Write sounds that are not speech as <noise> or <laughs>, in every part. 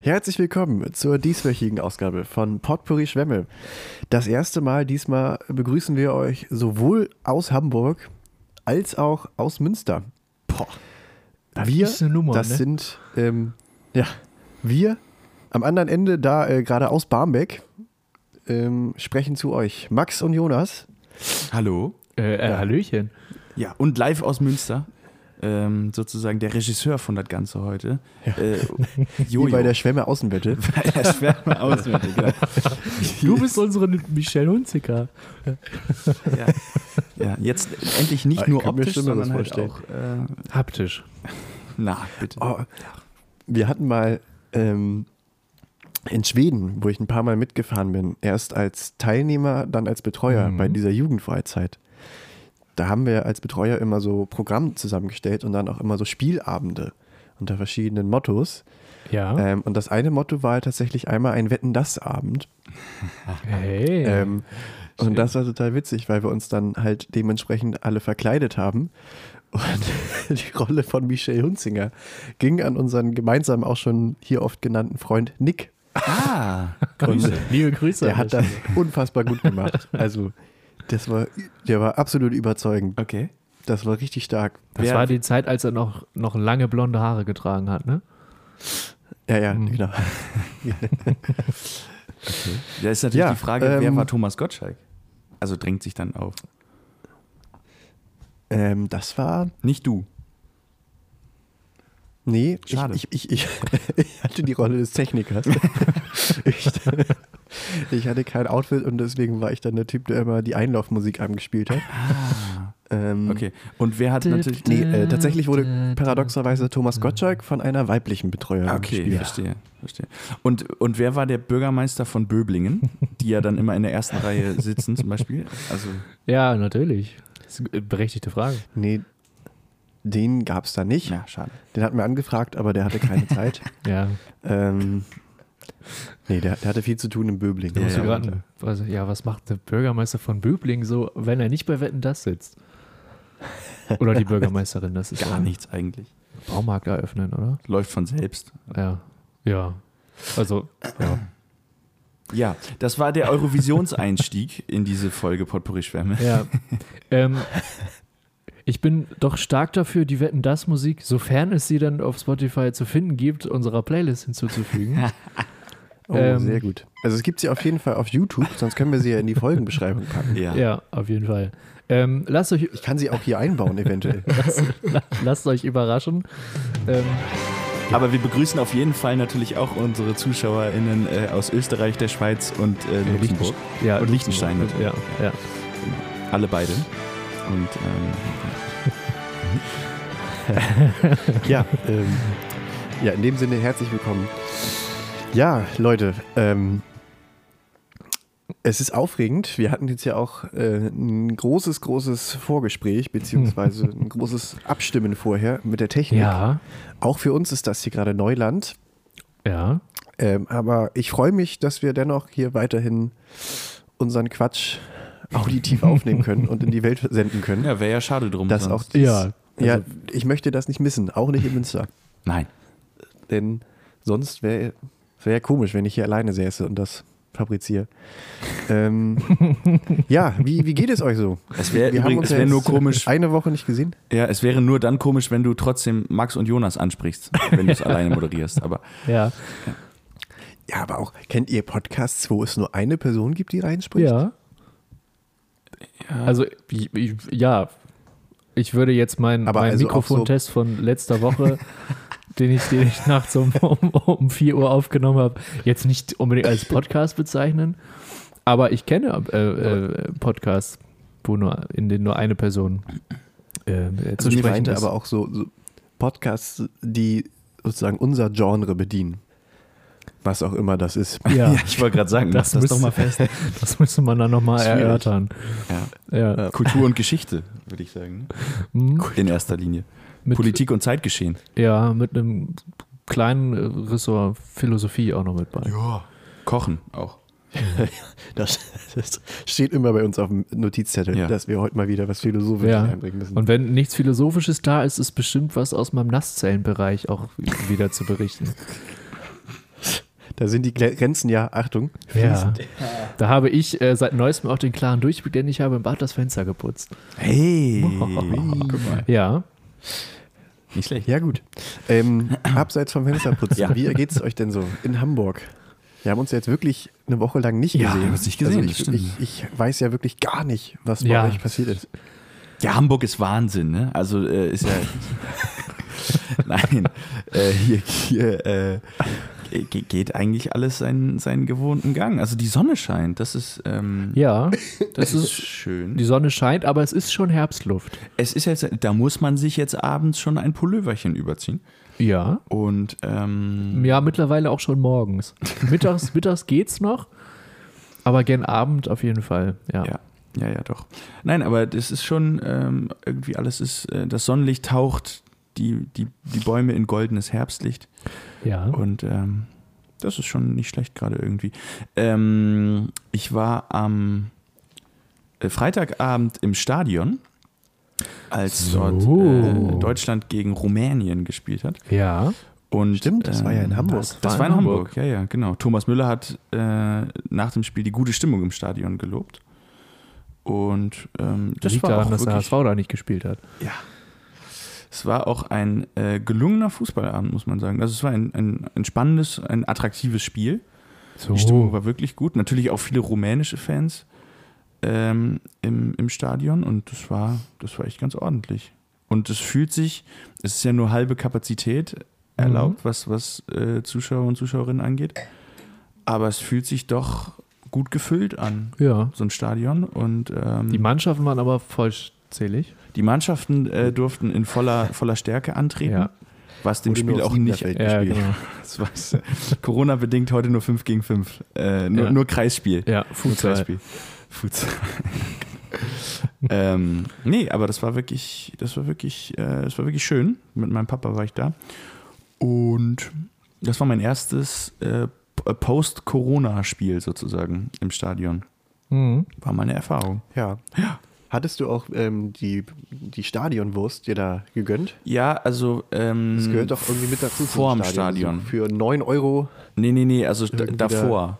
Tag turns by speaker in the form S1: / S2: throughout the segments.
S1: Herzlich willkommen zur dieswöchigen Ausgabe von Potpourri Schwemme. Das erste Mal diesmal begrüßen wir euch sowohl aus Hamburg als auch aus Münster. Boah.
S2: Das
S1: wir,
S2: ist eine Nummer,
S1: das
S2: ne?
S1: sind, ähm, ja, wir am anderen Ende da äh, gerade aus Barmbek ähm, sprechen zu euch. Max und Jonas.
S3: Hallo.
S2: Äh, äh, Hallöchen.
S3: Ja, und live aus Münster. Ähm, sozusagen der Regisseur von das Ganze heute. Äh,
S1: <laughs> Wie
S3: Jojo.
S1: bei
S3: <laughs>
S1: der Schwemme Außenwette.
S3: das schwer mal auswendig. Ja.
S2: Du bist unsere Michelle Hunziker.
S3: Ja. ja, jetzt endlich nicht
S1: Ah, Ich
S3: nur
S1: kann mir
S3: optisch,
S1: Schlimmeres
S3: sondern halt
S1: vorstellen.
S3: auch. Äh,
S2: Haptisch.
S3: na, bitte.
S1: Oh, wir hatten mal ähm, in Schweden, wo ich ein paar Mal mitgefahren bin, erst als Teilnehmer, dann als Betreuer bei dieser Jugendfreizeit. Da haben wir als Betreuer immer so Programm zusammengestellt und dann auch immer so Spielabende unter verschiedenen Mottos.
S2: Ja.
S1: Ähm, und das eine Motto war tatsächlich einmal ein Wetten-Das-Abend.
S2: hey.
S1: Ähm, und das war total witzig, weil wir uns dann halt dementsprechend alle verkleidet haben. Und <laughs> die Rolle von Michelle Hunzinger ging an unseren gemeinsam auch schon hier oft genannten Freund Nick.
S3: Ah,
S2: Grüße.
S3: <laughs> Grüße.
S2: Liebe Grüße.
S1: Der hat das unfassbar gut gemacht. Also, das war, der war absolut überzeugend.
S3: Okay.
S1: Das war richtig stark.
S2: das
S3: Wer-
S2: war die Zeit, als er noch, noch lange blonde Haare getragen hat, ne?
S1: Ja, ja,
S2: Mhm.
S1: genau.
S3: Da ist natürlich
S1: Ja,
S3: die Frage, wer
S1: ähm,
S3: war Thomas Gottschalk? Also drängt sich dann auf.
S1: Ähm, das war,
S3: Nicht du.
S1: nee,
S3: Schade.
S1: Ich, ich, <laughs> ich, ich hatte die Rolle des
S3: <laughs>
S1: Technikers. ich, ich hatte kein Outfit und deswegen war ich dann der Typ, der immer die Einlaufmusik angespielt hat. Ähm,
S3: Ah. Okay. Und wer hat natürlich.
S1: Nee, äh, tatsächlich wurde paradoxerweise Thomas Gottschalk von einer weiblichen Betreuerin
S3: Ah, Okay,
S1: gespielt.
S3: verstehe, verstehe. Und, und wer war der Bürgermeister von Böblingen, die ja dann immer in der ersten Reihe sitzen zum Beispiel? Also
S2: Ja, natürlich. Das ist eine berechtigte Frage.
S1: Nee, den gab es da nicht.
S3: Ja, schade.
S1: Den hatten wir angefragt, aber der hatte
S3: <laughs>
S1: keine Zeit.
S2: Ja.
S1: ähm, nee, der, der hatte viel zu tun im Böbling.
S3: Ja,
S2: Hast du
S3: ja.
S2: gerade eine- also, ja, was macht der Bürgermeister von Böbling so, wenn er nicht bei Wetten das sitzt? Oder die Bürgermeisterin, das ist
S3: Gar
S2: ja
S3: nichts eigentlich.
S2: Baumarkt eröffnen, oder?
S3: Läuft von selbst.
S2: Ja. Ja. Also, ja.
S3: Ja, das war der Eurovisionseinstieg in diese Folge Potpourri Schwärme.
S2: Ja. ähm, ich bin doch stark dafür, die Wetten das Musik, sofern es sie dann auf Spotify zu finden gibt, unserer Playlist hinzuzufügen.
S3: <laughs>
S1: oh,
S2: ähm,
S1: sehr gut. Also es gibt sie auf jeden Fall auf YouTube, sonst können wir sie ja in die Folgenbeschreibung packen.
S3: Ja.
S2: ja, auf jeden Fall. Ähm, lasst, euch,
S1: Ich kann sie auch hier einbauen, eventuell.
S2: lasst, lasst euch überraschen. Ähm,
S3: Aber wir begrüßen auf jeden Fall natürlich auch unsere ZuschauerInnen äh, aus Österreich, der Schweiz und äh, Luxemburg.
S2: ja,
S3: Und Liechtenstein natürlich.
S2: Ja, ja.
S3: Alle beide. Und ähm,
S1: <laughs> ja, ähm, ja, in dem Sinne herzlich willkommen. Ja, Leute, ähm, es ist aufregend. Wir hatten jetzt ja auch äh, ein großes, großes Vorgespräch, <laughs> beziehungsweise ein großes Abstimmen vorher mit der Technik.
S2: Ja,
S1: Auch für uns ist das hier gerade Neuland.
S2: ja.
S1: Ähm, aber ich freue mich, dass wir dennoch hier weiterhin unseren Quatsch <laughs> auditiv aufnehmen können und in die Welt senden können.
S3: ja, wäre ja schade drum.
S1: dass auch
S3: sonst.
S1: dies,
S2: Ja, also-
S1: ja, ich möchte das nicht missen, auch nicht
S2: <laughs>
S1: in Münster.
S3: Nein.
S1: Denn sonst wäre wär komisch, wenn ich hier alleine säße und das fabriziere. Ähm,
S2: <laughs>
S1: ja, wie, wie geht es euch so?
S3: Es wäre
S1: Wir haben uns
S3: übrigens es wär
S1: jetzt
S3: nur komisch.
S1: Eine Woche nicht gesehen?
S3: Ja, es wäre nur dann komisch, wenn du trotzdem Max und Jonas ansprichst,
S2: <laughs>
S3: wenn du es alleine moderierst. Aber
S2: Ja,
S1: Ja, aber auch, kennt ihr Podcasts, wo es nur eine Person gibt, die reinspricht?
S2: ja. Also, ich- ich- ja. Ich würde jetzt meinen
S1: Aber
S2: mein
S1: also auch
S2: Mikrofontest von letzter Woche, den ich, den ich nachts um, um, um 4 Uhr aufgenommen habe, jetzt nicht unbedingt als Podcast bezeichnen. Aber ich kenne äh, äh, Podcasts, wo nur, in denen nur eine Person äh, äh, zu
S1: Also ich
S2: sprechen
S1: meinte
S2: ist.
S1: aber auch so, so Podcasts, die sozusagen unser Genre bedienen. Was auch immer das ist.
S3: <laughs>
S2: ja,
S3: ich wollte gerade sagen, mach das
S2: müsste-
S3: doch mal fest.
S2: <laughs> Das müsste man dann nochmal
S1: Schwierig.
S2: erörtern.
S3: Ja.
S2: Ja.
S3: Kultur und Geschichte, würde ich sagen. ne?
S2: Hm?
S3: In erster Linie.
S2: Mit-
S3: Politik und Zeitgeschehen.
S2: Ja, mit einem kleinen äh, Ressort Philosophie auch noch mit bei.
S3: Ja. Kochen auch.
S1: Das, das steht immer bei uns auf dem Notizzettel,
S3: Ja.
S1: dass wir heute mal wieder was Philosophisches
S2: Ja.
S1: einbringen müssen.
S2: Und wenn nichts Philosophisches da
S3: <laughs>
S2: ist, ist bestimmt was aus meinem Nasszellenbereich auch wieder zu berichten.
S1: Da sind die Gle- Grenzen ja, Achtung,
S2: Ja. Da habe ich äh, seit neuestem auch den klaren Durchblick, denn ich habe im Bad das Fenster geputzt.
S3: <laughs> Hey.
S1: Guck mal.
S2: Ja.
S3: Nicht schlecht.
S1: Ja, gut. Ähm, abseits vom Fensterputzen,
S3: Ja.
S1: wie geht's euch denn so in Hamburg? Wir haben uns jetzt wirklich eine Woche lang nicht
S3: Ja,
S1: gesehen.
S3: wir haben uns nicht gesehen, das
S1: also
S3: stimmt.
S1: ich, ich, ich weiß ja wirklich gar nicht, was bei
S2: Ja.
S1: euch passiert ist.
S3: Ja, Hamburg ist Wahnsinn, ne? Also äh,
S2: <laughs>
S3: ist ja. Nein, äh, hier, hier äh, ge- geht eigentlich alles seinen, seinen gewohnten Gang. Also die Sonne scheint, das ist, ähm,
S2: Ja.
S3: das ist schön.
S2: Die Sonne scheint, aber es ist schon Herbstluft.
S3: Es ist jetzt, da muss man sich jetzt abends schon ein Pulloverchen überziehen.
S2: Ja.
S3: Und ähm,
S2: Ja, mittlerweile auch schon morgens.
S3: <laughs>
S2: Mittags, mittags geht's noch, aber gern Abend auf jeden Fall. Ja.
S3: ja, ja, ja, doch. Nein, aber das ist schon ähm, irgendwie alles ist, äh, das Sonnenlicht taucht die, die, die Bäume in goldenes Herbstlicht.
S2: Ja.
S3: Und ähm, das ist schon nicht schlecht gerade irgendwie. Ähm, ich war am äh, Freitagabend im Stadion, als
S2: So.
S3: dort äh, Deutschland gegen Rumänien gespielt hat.
S2: Ja.
S3: Und, ähm,
S1: Stimmt, das war ja in Hamburg.
S3: Das, war in Hamburg. ja, ja, genau. Thomas Müller hat äh, nach dem Spiel die gute Stimmung im Stadion gelobt. Und ähm, das
S2: Das liegt
S3: war
S2: daran,
S3: auch
S2: dass der
S3: wirklich,
S2: HSV da nicht gespielt hat.
S3: ja. Es war auch ein äh, gelungener Fußballabend, muss man sagen. Also es war ein, ein, ein spannendes, ein attraktives Spiel.
S2: So.
S3: Die Stimmung war wirklich gut. Natürlich auch viele rumänische Fans ähm, im, im Stadion und das war, das war echt ganz ordentlich. Und es fühlt sich, es ist ja nur halbe Kapazität erlaubt,
S2: Mhm.
S3: was, was äh, Zuschauer und Zuschauerinnen angeht. Aber es fühlt sich doch gut gefüllt an,
S2: Ja.
S3: so ein Stadion. Und ähm,
S2: Die Mannschaften waren aber vollzählig.
S3: die Mannschaften äh, durften in voller, voller Stärke antreten,
S2: Ja.
S3: was dem
S1: Wurde nur
S3: Spiel
S1: auf
S3: auch nicht
S1: Siegerfeld
S2: Ja,
S1: gespielt.
S2: genau.
S3: das war's. <laughs> Corona-bedingt heute nur 5 gegen 5. Äh, nur,
S2: Ja.
S3: nur Kreisspiel.
S2: Ja,
S3: Nur
S2: Fußball.
S3: Kreisspiel. Futsal. <laughs> ähm, nee, aber das war wirklich, das war wirklich, äh, das war wirklich schön. Mit meinem Papa war ich da. Und das war mein erstes äh, P- Post-Corona-Spiel sozusagen im Stadion.
S2: Mhm.
S3: War meine Erfahrung.
S1: Ja. Hattest du auch ähm, die, die Stadionwurst dir da gegönnt?
S3: Ja, also ähm,
S1: Das gehört doch irgendwie mit dazu. zum
S3: vorm Stadion.
S1: Also Für 9 Euro.
S3: Nee, nee, nee, also d-
S1: Irgendwie
S3: davor.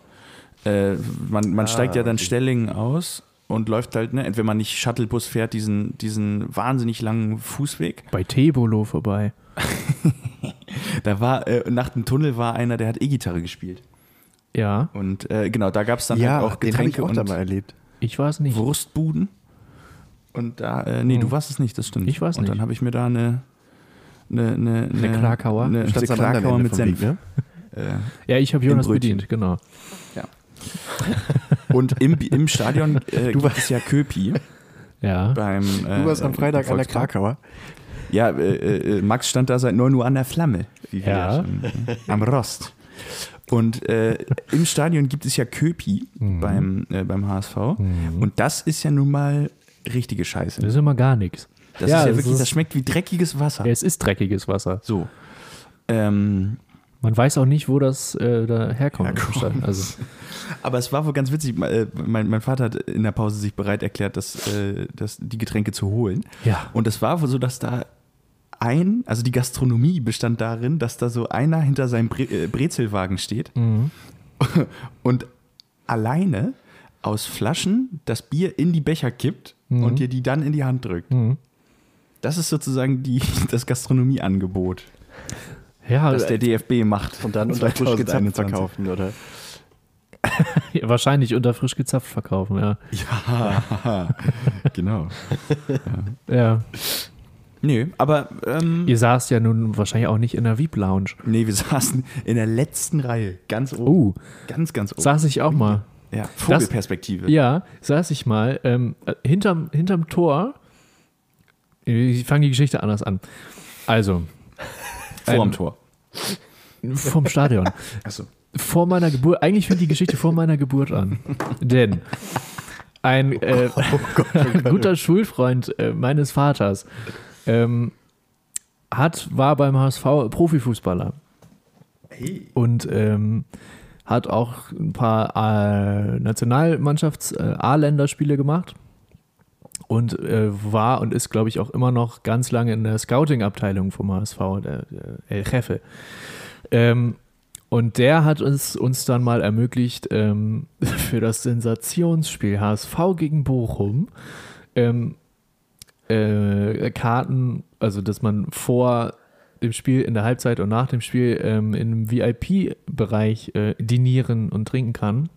S3: Äh, man man
S1: Ah,
S3: steigt ja dann
S1: okay.
S3: Stellingen aus und läuft halt, ne, wenn man nicht Shuttlebus fährt, diesen, diesen wahnsinnig langen Fußweg.
S2: Bei Tebolo vorbei.
S3: Da war, äh, nach dem Tunnel war einer, der hat E-Gitarre gespielt.
S2: Ja,
S3: Und äh, genau, da gab es dann
S1: ja,
S3: halt
S1: den
S3: auch
S1: habe
S3: Getränke
S1: ich auch da mal
S3: und
S1: erlebt.
S2: ich war es nicht.
S3: Wurstbuden. Und da, äh, nee, du
S1: Oh.
S3: warst es nicht, das stimmt.
S2: Ich war's
S3: Und dann
S2: nicht.
S3: habe ich mir da eine. Eine, eine, eine,
S2: Krakauer?
S3: Eine, eine
S1: Stand's am anderen
S3: Krakauer
S1: Ende
S3: mit
S1: vom Weg,
S3: Senf.
S1: ne?
S3: Äh,
S2: Ja, ich habe Jonas
S3: Brötchen.
S2: bedient, genau.
S3: und im, im
S1: <laughs>
S3: Stadion äh,
S1: Du
S3: gibt es ja Köpi
S2: Ja.
S3: beim. Äh,
S1: Du warst am Freitag an der
S3: Volkspark.
S1: Krakauer.
S3: Ja, äh, äh, Max stand da seit 9 Uhr an der Flamme, wie wir
S2: Ja.
S3: schon, äh, am Rost. Und äh, im Stadion gibt es ja Köpi
S2: Mhm.
S3: beim, äh, beim HSV. Und das ist ja nun mal richtige Scheiße.
S2: Das ist immer gar nichts.
S3: Das
S2: ja,
S3: ist ja
S2: das
S3: wirklich,
S2: ist-
S3: das schmeckt wie dreckiges Wasser.
S2: Ja, es ist dreckiges Wasser.
S3: So. Ähm,
S2: Man weiß auch nicht, wo das äh, da herkommt.
S3: Herkommt. <laughs>
S2: Also,
S3: aber es war wohl ganz witzig. äh, Mein, mein Vater hat in der Pause sich bereit erklärt, das, äh, das, die Getränke zu holen.
S2: ja.
S3: Und es war wohl so, dass da ein, also die Gastronomie bestand darin, dass da so einer hinter seinem Bre äh, Brezelwagen steht <laughs> und alleine aus Flaschen das Bier in die Becher kippt und dir die dann in die Hand drückt. Das ist sozusagen die, <laughs> das Gastronomieangebot,
S2: Ja,
S3: das der DFB macht. <laughs>
S1: Und dann unter frisch gezapft
S3: 2021.
S1: verkaufen, <laughs> oder?
S2: Ja, <laughs> wahrscheinlich unter frisch gezapft verkaufen, ja.
S3: Ja, <laughs> genau.
S2: ja.
S3: Nö, aber ähm,
S2: Ihr saßt ja nun wahrscheinlich auch nicht in der VIP-Lounge.
S3: nee, wir <laughs> saßen in der letzten Reihe, ganz oben.
S2: Oh,
S3: Ganz, ganz oben.
S2: saß ich auch mal.
S3: Ja, Vogelperspektive.
S2: Ja, saß ich mal ähm, äh, hinterm, hinterm Tor. Ich fange die Geschichte anders an. Also,
S3: Vorm
S2: Ähm,
S3: Tor.
S2: vom Stadion.
S3: Achso.
S2: vor meiner Geburt, eigentlich fängt die Geschichte vor meiner Geburt an. Denn ein,
S1: Oh
S2: äh, ein guter Schulfreund äh, meines Vaters ähm, hat, war beim HSV Profifußballer. Und ähm, hat auch ein paar äh, Nationalmannschafts-A-Länderspiele gemacht. Und äh, war und ist, glaube ich, auch immer noch ganz lange in der Scouting-Abteilung vom HSV, der, der El Jefe. äh, Ähm, Und der hat uns, uns dann mal ermöglicht, ähm, <laughs> für das Sensationsspiel HSV gegen Bochum ähm, äh, Karten, also dass man vor dem Spiel, in der Halbzeit und nach dem Spiel ähm, im VIP-Bereich äh, dinieren und trinken kann.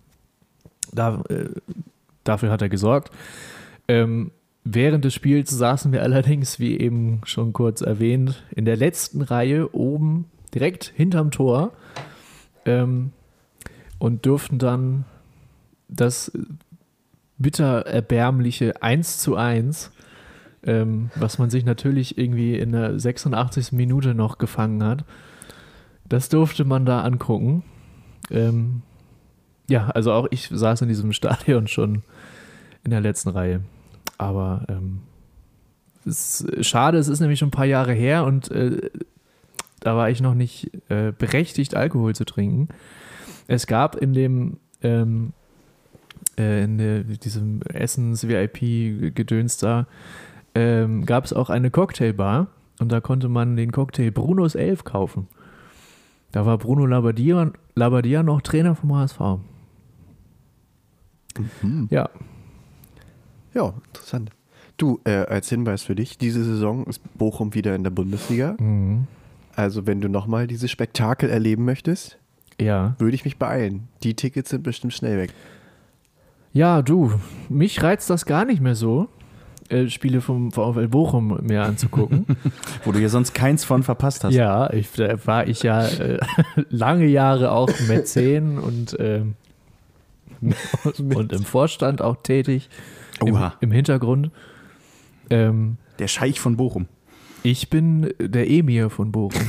S2: Da, äh, dafür hat er gesorgt. Ähm, während des Spiels saßen wir allerdings, wie eben schon kurz erwähnt, in der letzten Reihe oben direkt hinterm Tor ähm, und durften dann das bitter erbärmliche 1 zu 1 ähm, was man sich natürlich irgendwie in der 86. Minute noch gefangen hat. Das durfte man da angucken. Ähm, ja, also auch ich saß in diesem <laughs> Stadion schon in der letzten Reihe. Aber ähm, es ist äh, schade, es ist nämlich schon ein paar Jahre her und äh, da war ich noch nicht äh, berechtigt, Alkohol zu trinken. Es gab in dem ähm, äh, in der, diesem Essens-VIP-Gedöns da ähm, gab es auch eine Cocktailbar und da konnte man den Cocktail Brunos 11 kaufen. Da war Bruno Labbadia, Labbadia noch Trainer vom HSV.
S1: Mhm.
S2: Ja,
S1: Ja, interessant. Du, äh, als Hinweis für dich, diese Saison ist Bochum wieder in der Bundesliga. Also wenn du nochmal dieses Spektakel erleben möchtest,
S2: ja.
S1: würde ich mich beeilen. Die Tickets sind bestimmt schnell weg.
S2: Ja, du, mich reizt das gar nicht mehr so, äh, Spiele vom VfL Bochum mir anzugucken.
S3: Wo du ja sonst keins von verpasst hast.
S2: ja, ich, da war ich ja äh, <laughs> lange Jahre auch Mäzen und,
S3: <laughs>
S2: ähm, und im Vorstand auch tätig. im,
S3: Oha.
S2: im Hintergrund. Ähm,
S3: Der Scheich von Bochum.
S2: ich bin der Emir von
S3: <laughs>
S2: Bochum.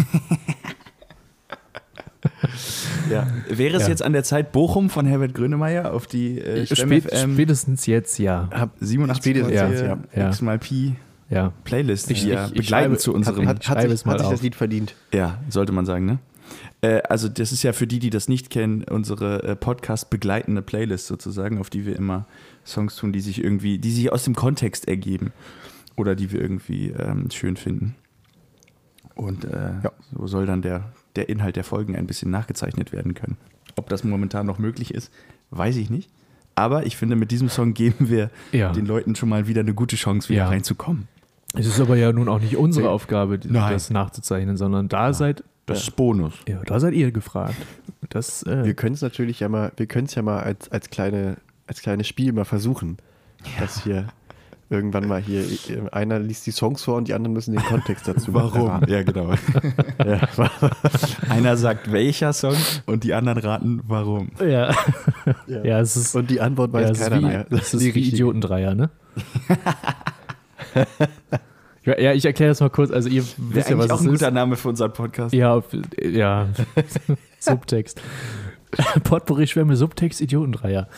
S3: Ja. Wäre es
S2: Ja.
S3: jetzt an der Zeit Bochum von Herbert Grönemeyer auf die äh, Stemm
S2: Spät,
S3: FM
S2: spätestens jetzt, ja.
S1: Hab,
S3: 87
S1: Spätestens,
S3: ja,
S1: ja,
S2: ja.
S3: X mal Pi
S2: ja.
S3: Playlist
S2: Ich-
S3: die wir
S2: ich- ich
S3: begleiten
S2: schreibe-
S3: zu
S1: hat,
S3: unserem
S1: hat, hat,
S2: schreibe
S1: sich,
S2: es mal
S1: hat sich
S2: auf.
S1: das Lied verdient.
S3: Ja, sollte man sagen, ne? Äh, Also das ist ja für die, die das nicht kennen, unsere äh, Podcast begleitende Playlist sozusagen, auf die wir immer Songs tun, die sich irgendwie, die sich aus dem Kontext ergeben oder die wir irgendwie ähm, schön finden. Und äh, so soll dann der, der Inhalt der Folgen ein bisschen nachgezeichnet werden können. Ob das momentan noch möglich ist, weiß ich nicht. Aber ich finde, mit diesem Song geben wir
S2: Ja.
S3: den Leuten schon mal wieder eine gute Chance, wieder
S2: Ja.
S3: reinzukommen.
S2: Es ist aber ja nun auch nicht unsere Aufgabe, die-
S3: Äh, Nein.
S2: das nachzuzeichnen, sondern da seid
S3: Das ist Bonus.
S2: ja, da seid ihr gefragt. Das, äh,
S1: Wir können es natürlich ja mal, wir können es ja mal als, als, kleine, als kleines Spiel mal versuchen, dass hier irgendwann mal hier äh, einer liest die Songs vor und die anderen müssen den Kontext
S2: <laughs>
S1: dazu
S3: <laughs>
S1: erraten.
S3: Ja, genau.
S1: Ja,
S3: Einer sagt welcher Song und die anderen raten warum.
S2: ja.
S3: <laughs>
S2: ja, es ist,
S1: und die Antwort
S2: ja,
S1: weiß
S2: es ist
S1: keiner
S2: wie,
S1: mehr.
S2: Das ist
S1: die
S2: wie
S1: richtige.
S2: Idiotendreier, ne? <laughs> ja, ja, ich erkläre das mal kurz. Also ihr wisst ja, was es ist.
S3: Name für unseren Podcast.
S2: Ja, auf- ja. <laughs> Subtext. <laughs> Potpourri Schwämme, Subtext, Idiotendreier.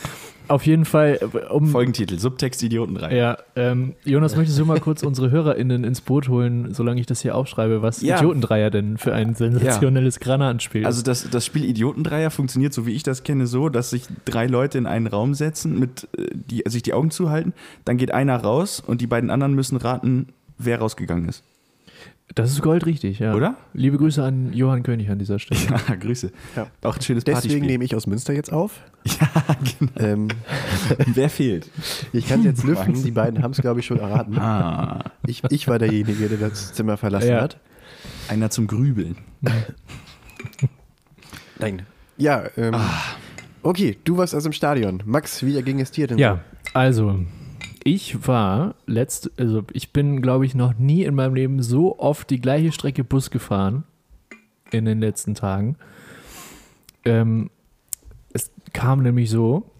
S2: Auf jeden Fall, um.
S3: Folgentitel: Subtext Idioten 3.
S2: Ja, ähm, Jonas, möchtest du mal kurz unsere HörerInnen ins Boot holen, solange ich das hier aufschreibe, was
S3: Ja.
S2: Idiotendreier denn für ein sensationelles Granatenspiel
S3: Also das, das Spiel Idiotendreier funktioniert, so wie ich das kenne, so, dass sich drei Leute in einen Raum setzen, mit, äh, die, sich die Augen zuhalten, dann geht einer raus und die beiden anderen müssen raten, wer rausgegangen ist.
S2: ist.
S3: <laughs>
S2: Das ist goldrichtig, ja.
S3: Oder?
S2: Liebe Grüße an Johann König an dieser Stelle.
S3: Ja, Grüße.
S1: Ja.
S3: Auch ein schönes
S1: Deswegen
S3: Partyspiel.
S1: nehme ich aus Münster
S2: <laughs>
S1: jetzt auf.
S3: Ja, genau.
S1: Ähm,
S3: Wer fehlt?
S1: ich kann
S2: <laughs>
S1: es jetzt lüften, die beiden haben es, glaube ich, schon erraten.
S3: Ah,
S1: Ich, ich war derjenige, der das Zimmer verlassen
S2: Ja.
S1: hat.
S3: einer zum Grübeln.
S1: Nein. Ja, ähm,
S2: Ah.
S1: okay, du warst also im Stadion. Max, wie ging es dir denn?
S2: Ja, also ich war letzt, also ich bin, glaube ich, noch nie in meinem Leben so oft die gleiche Strecke Bus gefahren in den letzten Tagen. Ähm, es kam nämlich so,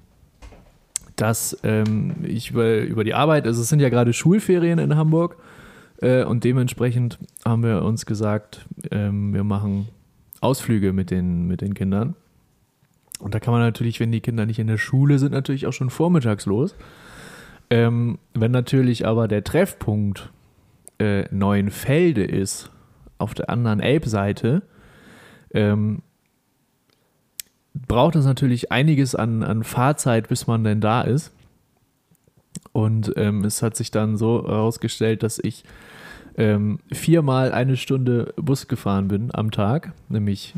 S2: dass ähm, ich über, über die Arbeit, also es sind ja gerade Schulferien in Hamburg äh, und dementsprechend haben wir uns gesagt, ähm, wir machen Ausflüge mit den, mit den Kindern. Und da kann man natürlich, wenn die Kinder nicht in der Schule sind, natürlich auch schon vormittags los. Ähm, wenn natürlich aber der Treffpunkt äh, Neuenfelde ist, auf der anderen Elbseite, ähm, braucht es natürlich einiges an, an Fahrzeit, bis man denn da ist. Und ähm, es hat sich dann so herausgestellt, dass ich ähm, viermal eine Stunde Bus gefahren bin am Tag, nämlich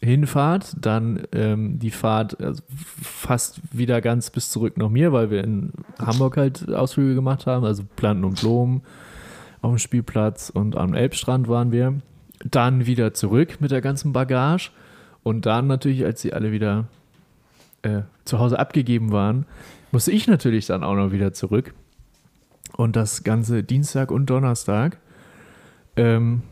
S2: Hinfahrt, dann ähm, die Fahrt also fast wieder ganz bis zurück nach mir, weil wir in Hamburg halt Ausflüge gemacht haben, also Planten und Blumen auf dem Spielplatz und am Elbstrand waren wir. Dann wieder zurück mit der ganzen Bagage und dann natürlich, als sie alle wieder äh, zu Hause abgegeben waren, musste ich natürlich dann auch noch wieder zurück. Und das ganze Dienstag und Donnerstag. Ähm,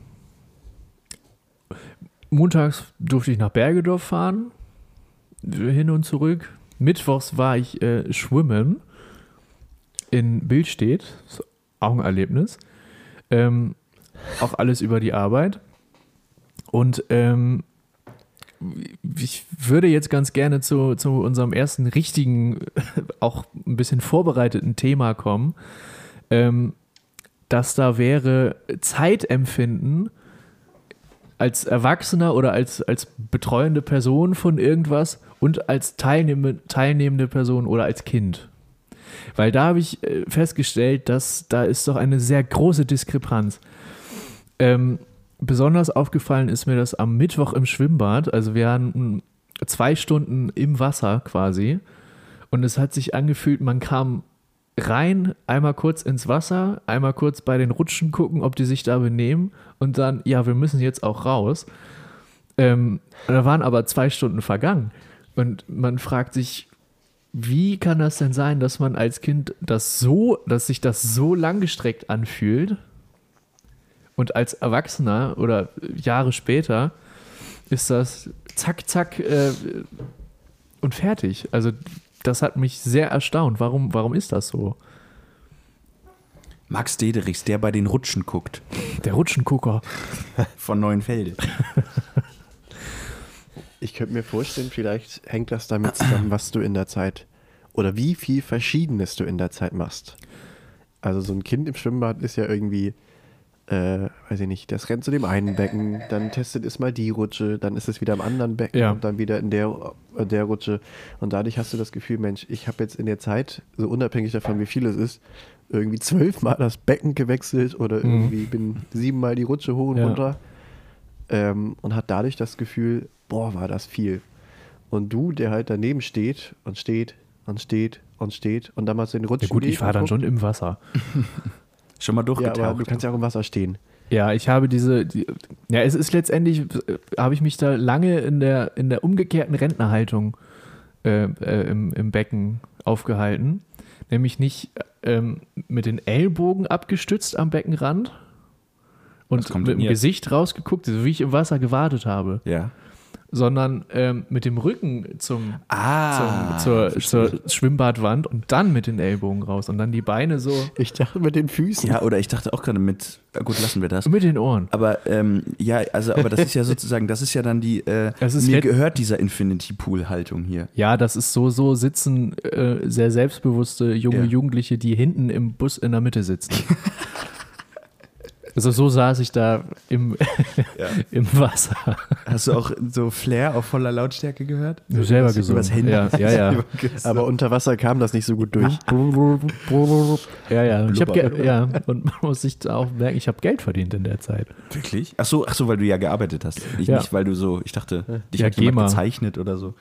S2: montags durfte ich nach Bergedorf fahren, hin und zurück. Mittwochs war ich äh, schwimmen in Bildstedt, ist auch ein Erlebnis. Ähm, auch alles über die Arbeit. Und ähm, ich würde jetzt ganz gerne zu, zu unserem ersten richtigen, <laughs> auch ein bisschen vorbereiteten Thema kommen. Ähm, das da wäre Zeitempfinden als Erwachsener oder als, als betreuende Person von irgendwas und als teilnehmende, teilnehmende Person oder als Kind. Weil da habe ich äh, festgestellt, dass da ist doch eine sehr große Diskrepanz. Ähm, besonders aufgefallen ist mir das am Mittwoch im Schwimmbad. Also wir waren mh, zwei Stunden im Wasser quasi. Und es hat sich angefühlt, man kam rein, einmal kurz ins Wasser, einmal kurz bei den Rutschen gucken, ob die sich da benehmen und dann, ja, wir müssen jetzt auch raus. Ähm, da waren aber zwei Stunden vergangen. Und man fragt sich, wie kann das denn sein, dass man als Kind das so, dass sich das so langgestreckt anfühlt? Und als Erwachsener oder Jahre später ist das zack, zack äh, und fertig. Also das hat mich sehr erstaunt. Warum, warum ist das so?
S3: Max Dederichs, der bei den Rutschen guckt,
S2: Der Rutschengucker.
S3: von Neuenfelde.
S1: Ich könnte mir vorstellen, vielleicht hängt das damit zusammen, was du in der Zeit oder wie viel Verschiedenes du in der Zeit machst. Also so ein Kind im Schwimmbad ist ja irgendwie, äh, weiß ich nicht, das rennt zu dem einen Becken, dann testet es mal die Rutsche, dann ist es wieder am anderen Becken
S2: Ja.
S1: und dann wieder in der, äh, der Rutsche. Und dadurch hast du das Gefühl, Mensch, ich habe jetzt in der Zeit, so unabhängig davon, wie viel es ist, irgendwie zwölfmal das Becken gewechselt oder irgendwie bin siebenmal die Rutsche hoch und
S2: Mhm. Ja.
S1: runter ähm, und hat dadurch das Gefühl, boah, war das viel. Und du, der halt daneben steht und steht und steht und steht und damals den Rutschen
S2: Ja gut,
S1: geht
S2: ich war dann
S1: und
S2: schon im Wasser.
S3: Schon mal
S1: guckt.
S3: durchgetaucht.
S1: Ja, aber du kannst ja auch im Wasser stehen.
S2: Ja, ich habe diese, die, ja, es ist letztendlich, äh, habe ich mich da lange in der, in der umgekehrten Rentnerhaltung äh, äh, im, im Becken aufgehalten. Nämlich nicht ähm, mit den Ellbogen abgestützt am Beckenrand
S3: Was
S2: und
S3: kommt
S2: mit
S3: denn
S2: dem
S3: jetzt?
S2: Gesicht rausgeguckt, so wie ich im Wasser gewartet habe,
S3: ja.
S2: sondern ähm, mit dem Rücken zum,
S3: Ah,
S2: zum, zur, zur Schwimmbadwand und dann mit den Ellbogen raus und dann die Beine so
S1: Ich dachte mit den Füßen. <laughs>
S3: ja, oder ich dachte auch gerade mit, Ah, gut, lassen wir das.
S2: mit den Ohren.
S3: Aber ähm, ja, also, aber das ist ja <laughs> sozusagen, das ist ja dann die, äh,
S2: Das ist
S3: mir
S2: jetzt-
S3: gehört dieser Infinity Pool Haltung hier.
S2: Ja, das ist so, so sitzen äh, sehr selbstbewusste junge
S3: Ja.
S2: Jugendliche, die hinten im Bus in der Mitte sitzen. also so saß ich da
S3: <laughs>
S2: im, <laughs> im Wasser.
S3: Hast du auch so Flair auf voller Lautstärke gehört?
S2: Du selber
S3: Das
S2: gesungen.
S3: Übers Handy.
S2: Ja, ja, ja.
S1: Aber unter Wasser kam das nicht so gut durch.
S3: <laughs>
S2: ja, ja. Ich hab
S3: Blubber.
S2: Ge- ja. Und man muss sich da auch merken, ich habe Geld verdient in der Zeit.
S3: Wirklich? Ach so, ach so, weil du ja gearbeitet hast. Ich,
S2: Ja.
S3: Nicht, weil du so, ich dachte, dich
S2: Ja,
S3: hat jemand
S2: GEMA.
S3: gezeichnet oder so,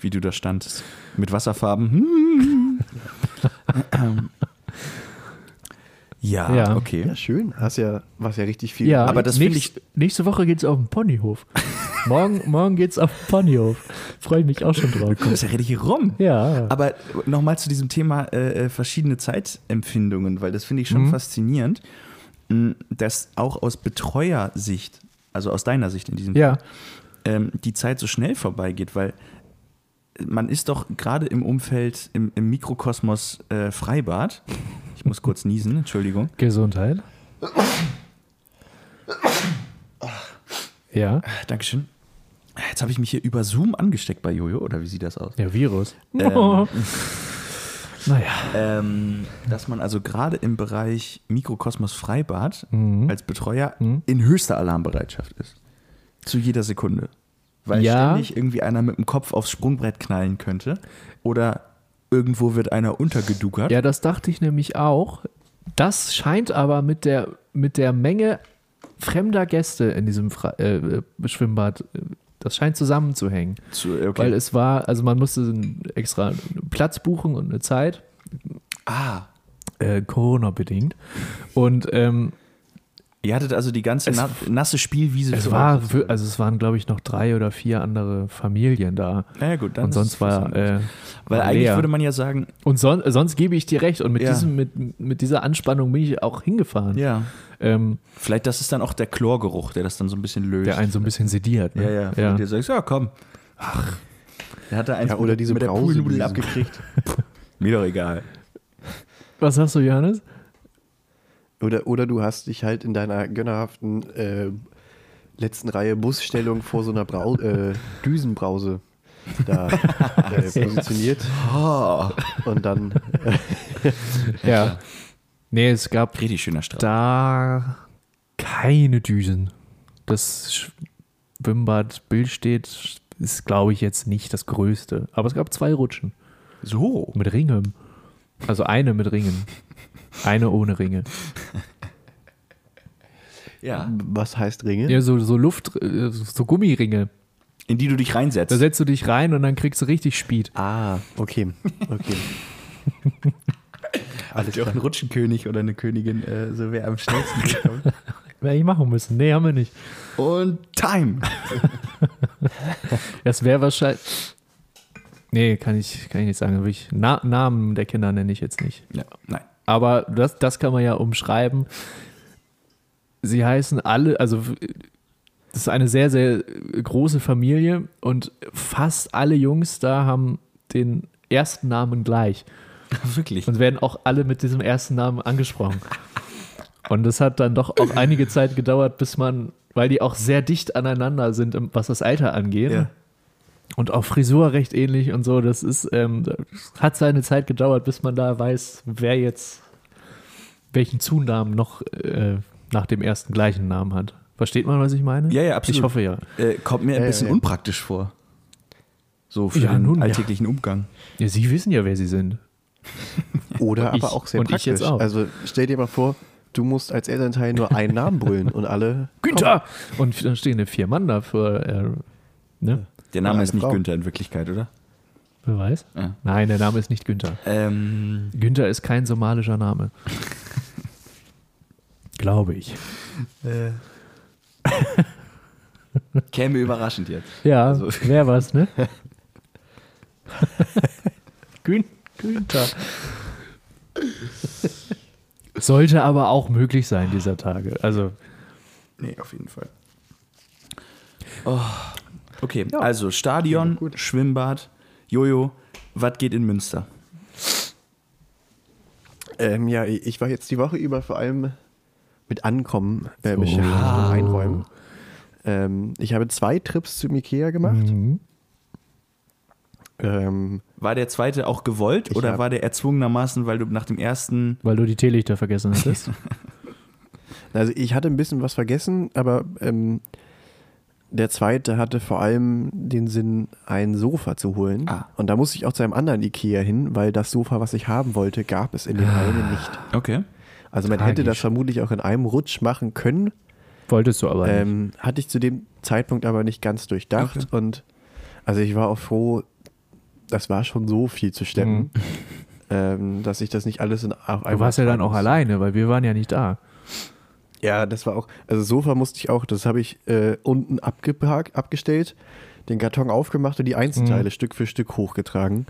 S3: wie du da standest. Mit Wasserfarben. <laughs> Hm. ja,
S2: Ja.
S3: okay.
S1: Ja, schön. Hast ja, was ja richtig viel.
S2: Ja,
S3: Aber das finde
S2: nächst- Nächste Woche geht's auf den Ponyhof. morgen, morgen geht's auf den Ponyhof. Freue ich mich auch schon drauf.
S3: Du kommst ja richtig rum.
S2: Ja.
S3: Aber nochmal zu diesem Thema äh, äh, verschiedene Zeitempfindungen, weil das finde ich schon faszinierend, mh, dass auch aus Betreuersicht, also aus deiner Sicht in diesem
S2: Ja.
S3: ähm, die Zeit so schnell vorbeigeht, weil man ist doch gerade im Umfeld, im, im Mikrokosmos äh, Freibad. Ich muss kurz niesen, Entschuldigung.
S2: Gesundheit. Ja.
S3: Dankeschön. Jetzt habe ich mich hier über Zoom angesteckt bei Jojo, oder wie sieht das aus?
S2: Ja, Virus.
S3: Ähm.
S2: <laughs> Naja.
S3: Ähm, dass man also gerade im Bereich Mikrokosmos Freibad
S2: Mhm.
S3: als Betreuer in höchster Alarmbereitschaft ist. Zu jeder Sekunde. Weil
S2: Ja.
S3: ständig irgendwie einer mit dem Kopf aufs Sprungbrett knallen könnte. Oder irgendwo wird einer untergeduckert.
S2: Ja, das dachte ich nämlich auch. Das scheint aber mit der, mit der Menge fremder Gäste in diesem Fre äh, äh, Schwimmbad äh, Das scheint zusammenzuhängen.
S3: Zu, äh, okay.
S2: Weil es war, also man musste einen extra Platz buchen und eine Zeit,
S3: ah,
S2: äh, Corona-bedingt. Und ähm,
S3: ihr hattet also die ganze
S2: Es-
S3: na, nasse Spielwiese.
S2: es
S3: für
S2: war,
S3: euch.
S2: wir- also es waren, glaube ich, noch drei oder vier andere Familien da.
S3: Na ja, gut, dann
S2: Und
S3: ist
S2: sonst
S3: es
S2: war,
S3: was
S2: äh,
S3: Weil
S2: war
S3: eigentlich
S2: leer.
S3: würde man ja sagen,
S2: und son sonst gebe ich dir recht. Und mit,
S3: Ja.
S2: diesem, mit, mit dieser Anspannung bin ich auch hingefahren.
S3: ja,
S2: Ähm,
S3: vielleicht das ist dann auch der Chlorgeruch, der das dann so ein bisschen löst.
S2: der einen so ein bisschen sediert. Ne?
S3: ja, ja, ja.
S2: ja.
S3: Der sagst, ja, komm. Ach. Der hat da eins
S1: Ja, oder
S3: mit-
S1: diese
S3: mit der
S1: Brause-
S3: Poolnudel
S1: diese-
S3: abgekriegt. <laughs> Mir doch egal.
S2: Was sagst du, Johannes?
S1: Oder, oder du hast dich halt in deiner gönnerhaften äh, letzten Reihe Busstellung vor so einer Brau äh, Düsenbrause
S2: <laughs>
S1: da äh, positioniert
S3: Oh,
S2: Ah.
S1: und dann äh,
S2: Ja. Nee, es gab
S3: richtig schöner Strand.
S2: da keine Düsen. Das Schwimmbad Billstedt ist, glaube ich, jetzt nicht das größte. Aber es gab zwei Rutschen
S3: So.
S2: mit Ringen. Also eine mit Ringen. Eine ohne Ringe.
S3: Ja.
S1: was heißt Ringe?
S2: Ja, so, so Luft, äh, so Gummiringe.
S3: In die du dich reinsetzt.
S2: Da setzt du dich rein und dann kriegst du richtig Speed.
S1: Ah, okay, okay.
S3: Habt ihr auch einen Rutschenkönig oder eine Königin, äh, so wer am schnellsten durchkommt.
S2: Wäre ich machen müssen. Nee, haben wir nicht.
S3: Und Time.
S2: Das wäre wahrscheinlich. Nee, kann ich, kann ich nicht sagen. Will Ich, Na, Namen der Kinder nenne ich jetzt nicht.
S3: Ja, nein.
S2: Aber das, das kann man ja umschreiben. Sie heißen alle, also das ist eine sehr, sehr große Familie und fast alle Jungs da haben den ersten Namen gleich
S3: <laughs> Wirklich.
S2: und werden auch alle mit diesem ersten Namen angesprochen. Und das hat dann doch auch einige Zeit gedauert, bis man, weil die auch sehr dicht aneinander sind, was das Alter angeht.
S3: Ja.
S2: Und auch Frisur recht ähnlich und so. Das ist, ähm, das hat seine Zeit gedauert, bis man da weiß, wer jetzt welchen Zunamen noch äh, nach dem ersten gleichen Namen hat. Versteht man, was ich meine?
S3: Ja, ja, absolut.
S2: Ich hoffe ja.
S3: Äh, kommt mir ein
S1: Ja,
S3: bisschen
S1: ja.
S3: unpraktisch vor. So für
S2: Ja,
S3: den
S2: nun, ja.
S3: alltäglichen Umgang.
S2: ja. Sie wissen ja, wer Sie sind.
S1: Oder
S2: Ich-
S1: aber auch sehr
S2: und ich
S1: praktisch.
S2: jetzt auch.
S1: Also stell dir mal vor, du musst als Elternteil nur einen Namen brüllen und alle
S2: Günther! Und dann stehen vier Mann da für, äh, ne?
S3: Der Name
S1: Ja,
S3: ist nicht
S1: Frau.
S3: Günther in Wirklichkeit, oder?
S2: Wer weiß?
S3: Ja.
S2: Nein, der Name ist nicht Günther.
S3: Ähm,
S2: Günther ist kein somalischer Name. <laughs> Glaube ich.
S3: <laughs> käme überraschend jetzt.
S2: Ja, <laughs>
S3: Also-
S2: wer was, ne? Gün Günther. Sollte aber auch möglich sein dieser Tage. Also,
S3: Nee, auf jeden Fall. Oh. Okay, also Stadion, Schwimmbad, Jojo, was geht in Münster?
S1: Ähm, ja, ich war jetzt die Woche über vor allem mit Ankommen äh,
S2: Oh.
S1: beschäftigt
S2: Ah.
S1: und Einräumen. Ähm, ich habe zwei Trips zum Ikea gemacht.
S2: Mhm.
S1: Ähm,
S3: War der zweite auch gewollt
S1: Ich
S3: oder
S1: hab-
S3: war der erzwungenermaßen, weil du nach dem ersten.
S2: weil du die Teelichter vergessen hattest. <laughs>
S1: also ich hatte ein bisschen was vergessen, aber ähm, der zweite hatte vor allem den Sinn, ein Sofa zu holen.
S3: Ah.
S1: Und da musste ich auch zu einem anderen Ikea hin, weil das Sofa, was ich haben wollte, gab es in dem einen nicht.
S3: Okay.
S1: Also man hätte das
S2: Ah, Tragisch.
S1: vermutlich auch in einem Rutsch machen können,
S2: Wolltest du aber nicht.
S1: Ähm, hatte ich zu dem Zeitpunkt aber nicht ganz durchdacht
S3: Okay.
S1: und also ich war auch froh, das war schon so viel zu stemmen, <laughs> ähm, dass ich das nicht alles in auf
S2: Mhm. Du warst ja dann auch alleine, weil wir waren ja nicht da.
S1: Ja, das war auch, also Sofa musste ich auch, das habe ich äh, unten abgeparkt, abgestellt, den Karton aufgemacht und die Einzelteile Stück für Stück hochgetragen.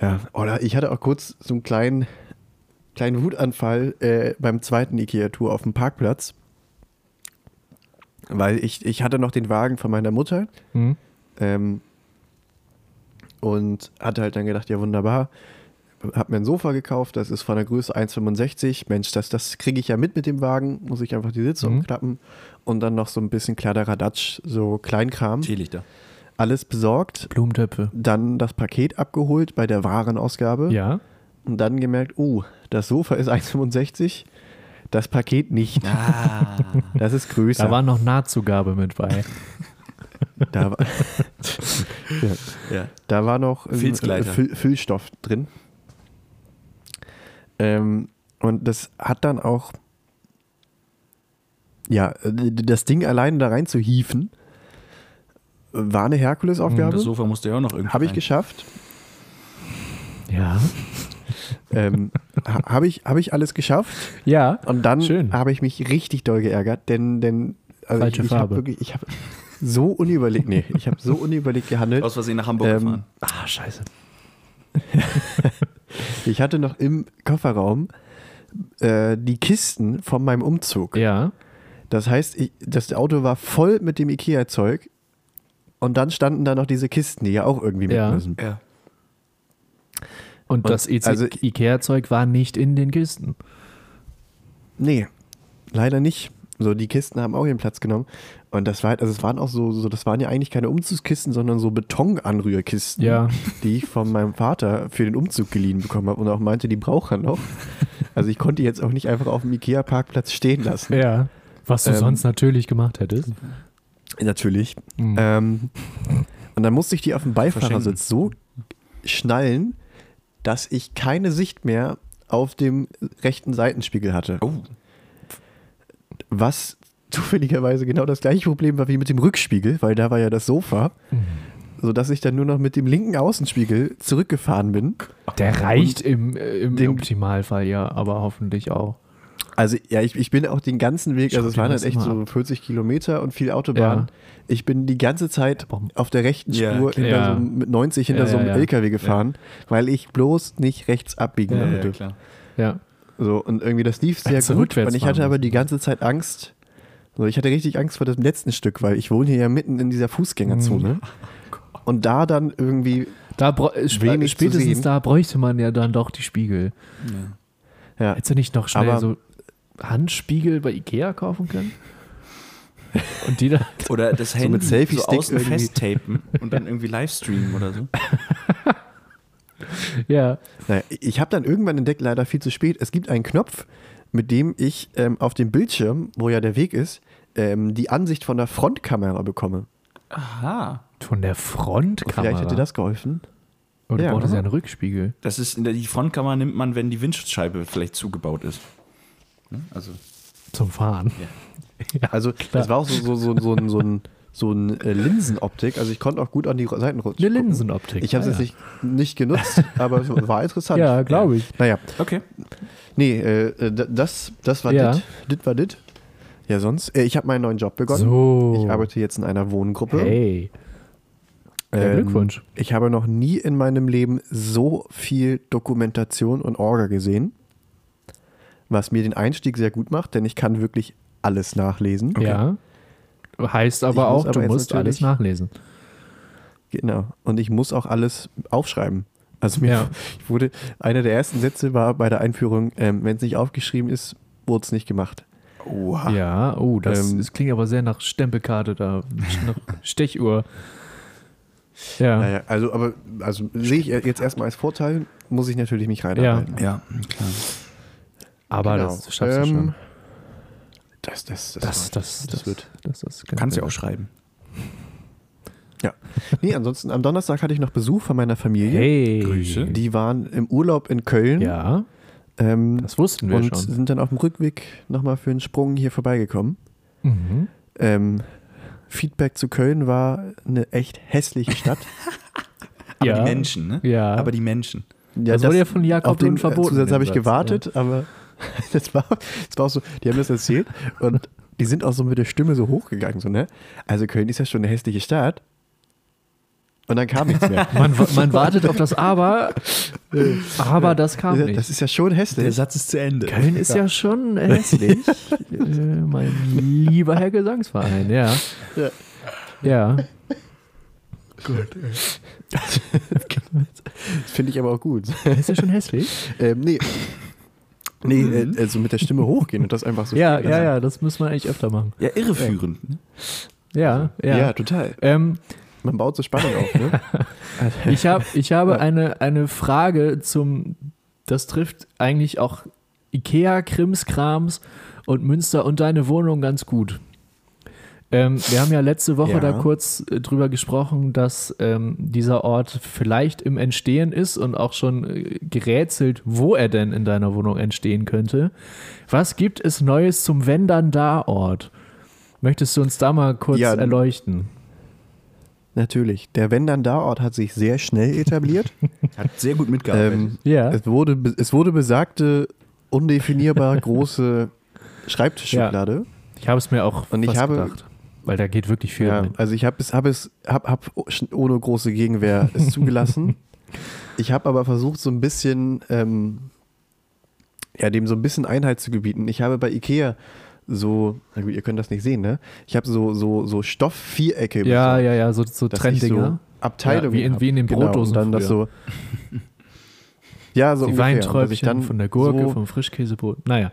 S1: Ja, oder ich hatte auch kurz so einen kleinen, kleinen Wutanfall äh, beim zweiten Ikea-Tour auf dem Parkplatz, weil ich, ich hatte noch den Wagen von meiner Mutter
S2: Mhm.
S1: ähm, und hatte halt dann gedacht, ja wunderbar, hab mir ein Sofa gekauft, das ist von der Größe 1,65. Mensch, das, das kriege ich ja mit mit dem Wagen, muss ich einfach die Sitze
S2: Mhm.
S1: umklappen und dann noch so ein bisschen Kladderadatsch, so Kleinkram.
S3: Teelichter.
S1: Alles besorgt,
S2: Blumentöpfe.
S1: dann das Paket abgeholt bei der Warenausgabe
S2: Ja.
S1: und dann gemerkt, oh, das Sofa ist 1,65, das Paket nicht,
S3: Ah.
S1: das ist größer.
S2: Da war noch Nahtzugabe mit bei.
S1: da, war, ja.
S3: ja.
S1: Da war noch ähm,
S3: Filzgleiter.
S1: Füll, Füllstoff drin. Ähm, und das hat dann auch, ja, äh, das Ding alleine da rein zu hieven, war eine Herkulesaufgabe.
S3: Hm, Das Sofa musste ja auch noch irgendwie.
S1: Habe ich
S3: rein.
S1: geschafft.
S2: Ja.
S1: Ähm, <laughs> ha- Habe ich, hab ich alles geschafft.
S2: Ja.
S1: Und dann
S2: Schön.
S1: habe ich mich richtig doll geärgert, denn, denn also
S2: Falsche
S1: ich, ich
S2: Farbe.
S1: habe wirklich, ich habe so unüberlegt, nee, ich habe so unüberlegt gehandelt.
S3: <laughs> Aus Versehen nach Hamburg
S1: Ähm,
S3: gefahren.
S2: Ah, scheiße.
S1: Ich hatte noch im Kofferraum äh, die Kisten von meinem Umzug.
S2: Ja.
S1: Das heißt, ich, das Auto war voll mit dem Ikea-Zeug und dann standen da noch diese Kisten, die ja auch irgendwie mit
S2: Ja.
S1: müssen. Äh,
S3: Ja.
S2: Und, das EC
S1: also-
S2: Ikea-Zeug war nicht in den Kisten.
S1: Nee, leider nicht. So, die Kisten haben auch ihren Platz genommen. Und das war halt, also es waren auch so, so, das waren ja eigentlich keine Umzugskisten, sondern so Betonanrührkisten,
S2: Ja.
S1: die ich von meinem Vater für den Umzug geliehen bekommen habe und auch meinte, die braucht
S2: <laughs>
S1: er noch. Also ich konnte die jetzt auch nicht einfach auf dem Ikea-Parkplatz stehen lassen.
S2: Ja. Was du
S1: Ähm,
S2: sonst natürlich gemacht hättest.
S1: Natürlich.
S2: Mhm.
S1: Ähm, und dann musste ich die auf dem Beifahrersitz so schnallen, dass ich keine Sicht mehr auf dem rechten Seitenspiegel hatte.
S3: Oh.
S1: Was <laughs> zufälligerweise genau das gleiche Problem war wie mit dem Rückspiegel, weil da war ja das Sofa, sodass ich dann nur noch mit dem linken Außenspiegel zurückgefahren bin.
S2: Der reicht im, äh, im
S1: dem-
S2: Optimalfall ja, aber hoffentlich auch.
S1: Also ja, ich, ich bin auch den ganzen Weg, also
S2: Schau
S1: es
S2: dir
S1: waren
S2: das
S1: halt echt
S2: mal
S1: so 40 Kilometer und viel Autobahn.
S2: Ja.
S1: Ich bin die ganze Zeit
S2: Warum?
S1: auf der rechten
S3: Ja,
S1: Spur
S3: klar.
S1: hinter
S2: Ja.
S1: so einem, mit 90 hinter
S2: Ja,
S1: so einem
S2: ja, ja.
S1: LKW gefahren, weil ich bloß nicht rechts abbiegen
S2: Ja,
S1: wollte.
S3: klar.
S2: Ja.
S1: so, und irgendwie das lief sehr
S2: Hättest du
S1: gut.
S2: rückwärts
S1: Und ich
S2: fahren
S1: hatte aber
S2: müssen.
S1: die ganze Zeit Angst. So, ich hatte richtig Angst vor dem letzten Stück, weil ich wohne hier ja mitten in dieser Fußgängerzone.
S2: Hm.
S1: Und da dann irgendwie,
S2: Da br- äh, sp-
S1: Wenig zu
S2: spätestens
S1: sehen.
S2: da bräuchte man ja dann doch die Spiegel.
S1: ja,
S2: Hättest du nicht noch schnell
S1: Aber-
S2: so Handspiegel bei Ikea kaufen können? <laughs> Und die da.
S3: Oder das Handy
S1: mit Selfie-Stick
S3: so außen
S1: irgendwie.
S3: festtapen und dann irgendwie livestreamen oder so.
S2: Ja.
S1: Naja, ich habe dann irgendwann entdeckt, leider viel zu spät, es gibt einen Knopf, mit dem ich ähm, auf dem Bildschirm, wo ja der Weg ist, ähm, die Ansicht von der Frontkamera bekomme.
S3: Aha.
S2: Von der Frontkamera.
S1: Vielleicht hätte das geholfen.
S2: Oder du
S1: Ja,
S2: brauchtest
S1: oder?
S2: ja einen Rückspiegel.
S3: Das ist, die Frontkamera nimmt man, wenn die Windschutzscheibe vielleicht zugebaut ist. Ne? Also,
S2: Zum Fahren.
S1: Also das war auch so, so, so, so ein, so ein, so ein äh, Linsenoptik. Also ich konnte auch gut an die Seiten rutschen.
S2: Eine Linsenoptik.
S1: Ich habe es
S2: Ah, ja.
S1: jetzt nicht,
S2: <laughs>
S1: nicht genutzt, aber es war interessant.
S2: Ja, glaube ich.
S1: Naja,
S3: okay.
S1: nee, äh, d- das, das war
S2: Ja.
S1: dit. Dit war dit. Ja, sonst. Äh, ich habe meinen neuen Job begonnen.
S2: So.
S1: Ich arbeite jetzt in einer Wohngruppe.
S2: Hey. Ja,
S1: Ähm,
S2: Glückwunsch.
S1: Ich habe noch nie in meinem Leben so viel Dokumentation und Orga gesehen, was mir den Einstieg sehr gut macht, denn ich kann wirklich alles nachlesen.
S2: Ja. Heißt aber
S1: Ich muss
S2: auch,
S1: aber
S2: du
S1: jetzt
S2: musst alles
S1: natürlich-
S2: nachlesen.
S1: Genau. Und ich muss auch alles aufschreiben. Also mir
S2: Ja.
S1: <laughs> ich wurde, einer der ersten Sätze war bei der Einführung, ähm, wenn es nicht aufgeschrieben ist, wurde es nicht gemacht.
S3: Oha.
S2: Ja, oh, das,
S1: Ähm,
S2: das klingt aber sehr nach Stempelkarte da, nach Stechuhr. Ja,
S1: Naja, also, aber also sehe ich jetzt erstmal als Vorteil, muss ich natürlich mich reinarbeiten.
S3: Ja, klar.
S2: aber
S1: Genau.
S2: das schaffst du
S1: Ähm,
S2: schon.
S1: Das, das, das,
S2: Das, das, das,
S1: wird-
S2: Das, das, das
S3: Kannst ja auch schreiben.
S1: Ja. Nee, ansonsten am Donnerstag hatte ich noch Besuch von meiner Familie.
S2: Hey.
S3: Grüße.
S1: Die waren im Urlaub in Köln.
S2: Ja,
S1: Ähm,
S2: das wussten wir
S1: und
S2: schon.
S1: sind dann auf dem Rückweg nochmal für einen Sprung hier vorbeigekommen.
S2: Mhm.
S1: Ähm, Feedback zu Köln war eine echt hässliche Stadt.
S3: Aber
S2: Ja.
S3: die Menschen, ne?
S2: Ja.
S3: Aber die Menschen.
S2: <laughs>
S1: Ja,
S2: Das wurde ja von Jakob
S1: auf den
S2: Lund verboten,
S1: Zusatz
S2: den
S1: habe ich
S2: Satz,
S1: gewartet, aber <laughs> das war, das war auch so, die haben das erzählt und die sind auch so mit der Stimme so hochgegangen, so, ne? Also Köln ist ja schon eine hässliche Stadt. Und dann kam nichts mehr.
S2: <laughs> Man, wa- man wartet auf das Aber, aber das kam
S1: das,
S2: nicht.
S1: das ist ja schon hässlich.
S3: Satz ist zu Ende.
S2: Köln ist ja schon hässlich, äh, mein lieber Herr Gesangsverein, ja. Ja,
S1: Finde ich aber auch gut.
S2: ist ja schon hässlich.
S1: Ähm, nee. <laughs> Nee, äh, also mit der Stimme hochgehen und das einfach so.
S2: Mhm. Ja,
S1: stehen
S2: ja,
S1: lassen.
S2: ja, das muss man eigentlich öfter machen.
S3: Ja, irreführend. Ne?
S2: Ja, ja.
S1: ja. total.
S2: Ähm,
S1: Man baut so Spannung
S2: <laughs>
S1: auf, ne?
S2: ich, hab, ich habe eine, eine Frage zum, das trifft eigentlich auch Ikea, Krimskrams und Münster und deine Wohnung ganz gut. Ähm, wir haben ja letzte Woche
S1: Ja.
S2: da kurz äh, drüber gesprochen, dass ähm, dieser Ort vielleicht im Entstehen ist und auch schon äh, gerätselt, wo er denn in deiner Wohnung entstehen könnte. Was gibt es Neues zum Wenn dann da Ort? Möchtest du uns da mal kurz
S1: Ja.
S2: erleuchten?
S1: natürlich. Der Wenn dann da Ort hat sich sehr
S2: <laughs>
S1: schnell etabliert.
S3: Hat sehr gut mitgearbeitet.
S1: ähm,
S2: Genau, Ja.
S1: es, wurde, be- es wurde besagte,
S2: <laughs>
S1: undefinierbar große Schreibtischschublade.
S2: Ich habe es mir auch
S1: Und ich
S2: fast
S1: habe-
S2: gedacht. Weil da geht wirklich viel
S1: Ja,
S2: rein.
S1: also ich habe es, habe es, hab, hab sch- ohne große Gegenwehr
S2: <laughs>
S1: es zugelassen. ich habe aber versucht, so ein bisschen, ähm, ja, dem so ein bisschen Einhalt zu gebieten. Ich habe bei Ikea so, na gut, ihr könnt das nicht sehen, ne? Ich habe so, so, so Stoffvierecke.
S2: Ja,
S1: besorgt,
S2: ja, ja, so, so
S1: dass ich
S2: Trenddinger.
S1: So Abteilungen.
S2: Ja, wie in-
S1: hab.
S2: wie in den
S1: genau,
S2: Brotdosen
S1: Und dann das so. <laughs> Ja, so
S2: die
S1: ungefähr. Und dass ich
S2: Weinträubchen
S1: dann
S2: von der Gurke,
S1: so-
S2: vom Frischkäsebrot. Naja,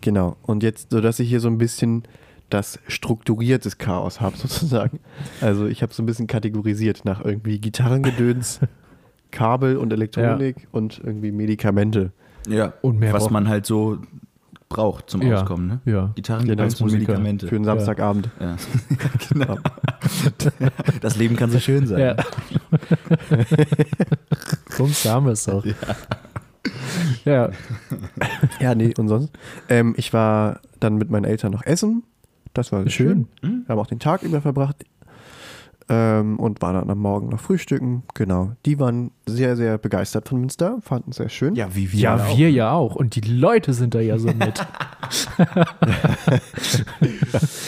S1: Genau. Und jetzt, sodass ich hier so ein bisschen das strukturiertes Chaos habe, <laughs> sozusagen. Also ich habe so ein bisschen kategorisiert nach irgendwie Gitarrengedöns, Kabel und Elektronik und irgendwie Medikamente.
S3: ja,
S2: und mehr
S3: was
S2: braucht-
S3: man halt so braucht zum
S2: Ja.
S3: Auskommen. Ne?
S2: ja.
S3: Gitarren
S1: Genau,
S3: als
S2: als Musiker.
S1: Für
S3: Medikamente.
S1: einen Samstagabend.
S3: Ja. genau. Das Leben kann so schön sein.
S2: ja. <laughs> Bums, da haben wir es doch. Ja.
S1: Ja, nee, und sonst. Ähm, ich war dann mit meinen Eltern noch essen. Das war
S2: Schön.
S1: schön. Wir haben auch den Tag über verbracht. Ähm, und waren dann am Morgen noch frühstücken. Genau. Die waren sehr, sehr begeistert von Münster, fanden es sehr schön.
S3: Ja, wie wir.
S2: Ja,
S3: auch.
S2: wir ja auch. Und die Leute sind da ja so mit. <laughs>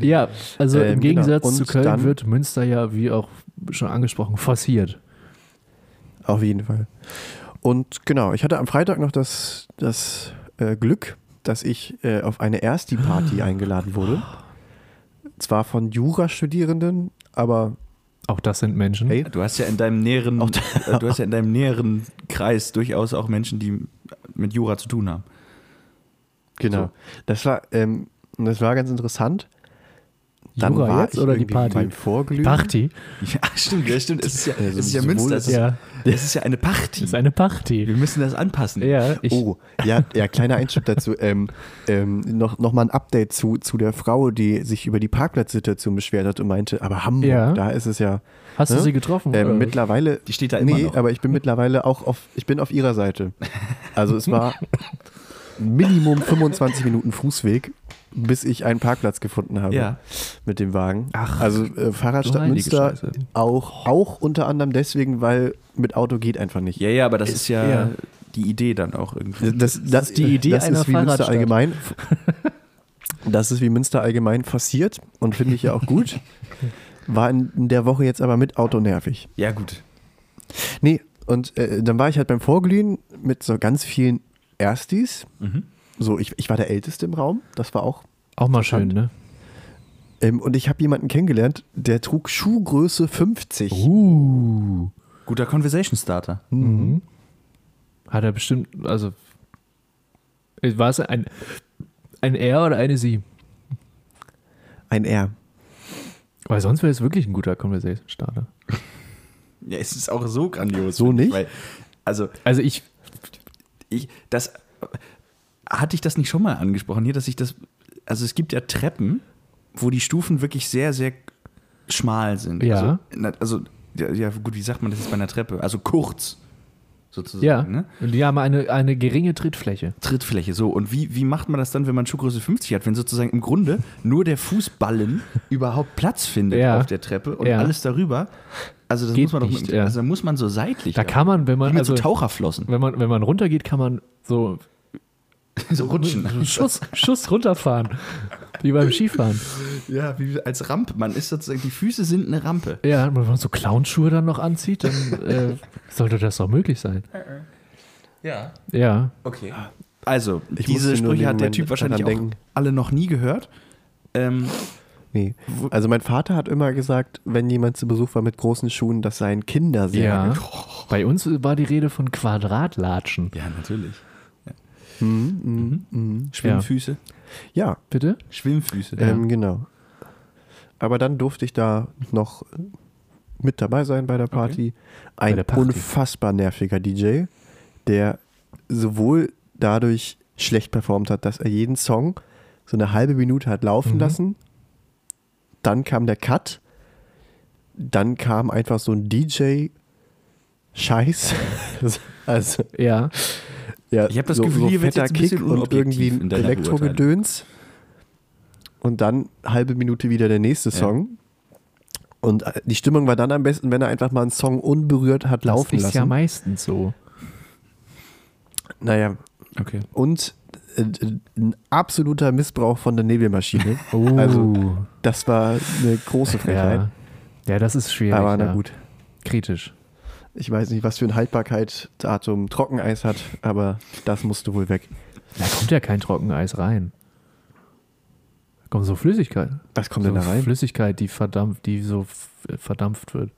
S2: ja, also
S1: Ähm,
S2: im
S1: genau.
S2: Gegensatz zu
S1: Und
S2: Köln
S1: dann-
S2: wird Münster ja, wie auch schon angesprochen, forciert.
S1: Auf jeden Fall. Und genau, ich hatte am Freitag noch das, das äh, Glück, dass ich äh, auf
S2: <gasps>
S1: eine Ersti-Party eingeladen wurde. Zwar von Jurastudierenden, aber
S2: Auch das sind Menschen.
S1: Hey.
S3: Du hast ja in deinem näheren, äh, du hast ja in deinem näheren Kreis durchaus auch Menschen, die mit Jura zu tun haben.
S1: genau. Das war ähm, das war ganz interessant. Dann
S2: Jura
S1: war
S2: jetzt
S1: ich
S2: oder die
S1: irgendwie
S2: Party?
S1: beim Vorglühen.
S2: Party?
S3: Ja, stimmt, ja, stimmt. Es ist ja,
S1: Ja, so-
S3: es ist ja
S1: sowohl
S3: Münster. Es
S1: das-
S3: ist,
S2: Ja,
S3: es ist ja eine Party.
S2: ist eine Party.
S3: wir müssen das anpassen.
S2: Ja, ich,
S1: oh, ja, ja, kleiner Einschub dazu.
S2: <laughs>
S1: Ähm, ähm, noch, noch mal ein Update zu, zu der Frau, die sich über die Parkplatzsituation beschwert hat und meinte, aber Hamburg,
S2: Ja.
S1: da ist es ja.
S2: hast du
S1: ne?
S2: sie getroffen?
S1: Ähm,
S2: oder?
S1: mittlerweile.
S3: Die steht da immer
S1: Nee,
S3: noch.
S1: aber ich bin mittlerweile auch auf, ich bin auf ihrer Seite. Also
S2: <laughs>
S1: es war Minimum 25 Minuten Fußweg, bis ich einen Parkplatz gefunden habe
S3: Ja.
S1: mit dem Wagen.
S2: Ach,
S1: also äh, Fahrradstadt
S2: heilige
S1: Münster
S2: Scheiße.
S1: auch, auch unter anderem deswegen, weil mit Auto geht einfach nicht.
S3: Ja, ja, aber das ist ja,
S2: ja.
S3: die Idee dann auch irgendwie.
S1: Das, das
S2: ist die Idee
S1: das
S2: einer
S1: ist wie Münster
S2: Fahrradstadt. <laughs>
S1: allgemein. Das ist wie Münster allgemein passiert und finde ich ja auch
S2: <laughs>
S1: gut. War in der Woche jetzt aber mit Auto nervig.
S3: Ja, gut.
S1: Nee, und äh, dann war ich halt beim Vorglühen mit so ganz vielen Erstis. So, ich, ich war der Älteste im Raum, das war auch.
S2: auch mal schön, ne?
S1: Ähm, und ich habe jemanden kennengelernt, der trug Schuhgröße 50.
S2: ne? Oh. Uh.
S3: Guter Conversation Starter.
S2: Mhm. Hat er bestimmt, also war es ein, ein er oder eine sie?
S1: Ein R.
S2: Weil sonst wäre es wirklich ein guter Conversation-Starter.
S3: Ja, es ist auch so grandios.
S1: So
S3: finde ich,
S1: nicht?
S3: Weil, also,
S2: Also ich,
S3: ich, das, hatte ich das nicht schon mal angesprochen hier, dass ich das, also es gibt ja Treppen, wo die Stufen wirklich sehr, sehr schmal sind.
S2: Ja.
S3: Also, na, also ja, ja, gut, wie sagt man das jetzt bei einer Treppe? Also kurz, sozusagen.
S2: ja,
S3: Ne?
S2: und die haben eine, eine geringe Trittfläche.
S3: Trittfläche, so. Und wie, wie macht man das dann, wenn man Schuhgröße 50 hat, wenn sozusagen im Grunde nur der <laughs> Fußballen überhaupt Platz findet
S2: Ja.
S3: auf der Treppe und
S2: Ja.
S3: alles darüber? Also das
S2: Geht
S3: muss man doch,
S2: nicht,
S3: mit,
S2: ja.
S3: also da muss man so seitlich.
S2: Da kann man, wenn
S3: wie
S2: man,
S3: mit so
S2: also,
S3: <laughs> Taucherflossen,
S2: wenn man, wenn man runtergeht, kann man so
S3: so rutschen.
S2: einen Schuss, Schuss runterfahren. Wie beim Skifahren.
S3: <laughs> Ja, wie als Rampe. Man ist sozusagen, die Füße sind eine Rampe.
S2: Ja, und wenn man so Clownschuhe dann noch anzieht, dann äh, sollte das doch möglich sein.
S3: Ja.
S2: Ja.
S3: Okay. Also,
S1: Ich
S3: diese
S1: musste nur in
S3: Sprüche
S1: dem
S3: hat der
S1: Moment
S3: Typ wahrscheinlich auch
S1: daran denken.
S3: alle noch nie gehört. Ähm,
S1: Nee. Also mein Vater hat immer gesagt, wenn jemand zu Besuch war mit großen Schuhen, das seien Kinder sehr.
S2: Ja. Bei uns war die Rede von Quadratlatschen.
S3: ja, natürlich.
S1: Mhm, mhm, mhm.
S3: Schwimmfüße.
S1: ja
S2: Bitte?
S3: Schwimmfüße.
S2: Ja.
S1: ähm, genau. Aber dann durfte ich da noch mit dabei sein bei der Party. Ein
S2: der Party.
S1: unfassbar nerviger DJ, der sowohl dadurch schlecht performt hat, dass er jeden Song so eine halbe Minute hat laufen
S2: Mhm.
S1: lassen. Dann kam der Cut. Dann kam einfach so ein DJ-Scheiß. <laughs> also,
S2: Ja.
S1: ja,
S3: Ich hab das Gefühl, hier wird's
S1: fetter
S3: jetzt ein bisschen
S1: und
S3: unobjektiv
S1: irgendwie
S3: in
S1: ein
S3: deiner
S1: Elektrogedöns. Und dann halbe Minute wieder der nächste Song. Und äh, die Stimmung war dann am besten, wenn er einfach mal einen Song unberührt hat laufen
S2: das ist
S1: lassen.
S2: ja meistens so.
S1: naja,
S2: Okay.
S1: und äh, äh, ein absoluter Missbrauch von der
S3: <laughs>
S1: Nebelmaschine.
S2: Oh.
S1: Also, Das war eine große Frechheit.
S2: ja. ja, das ist schwierig.
S1: aber
S2: ja.
S1: na gut.
S2: Kritisch.
S1: Ich weiß nicht, was für ein Haltbarkeitsdatum Trockeneis hat, aber das musste wohl weg.
S2: Da kommt ja kein Trockeneis rein. Da kommt so Flüssigkeit.
S1: Was kommt
S2: so
S1: denn da rein?
S2: Flüssigkeit, die verdampft, die so f- äh, verdampft wird.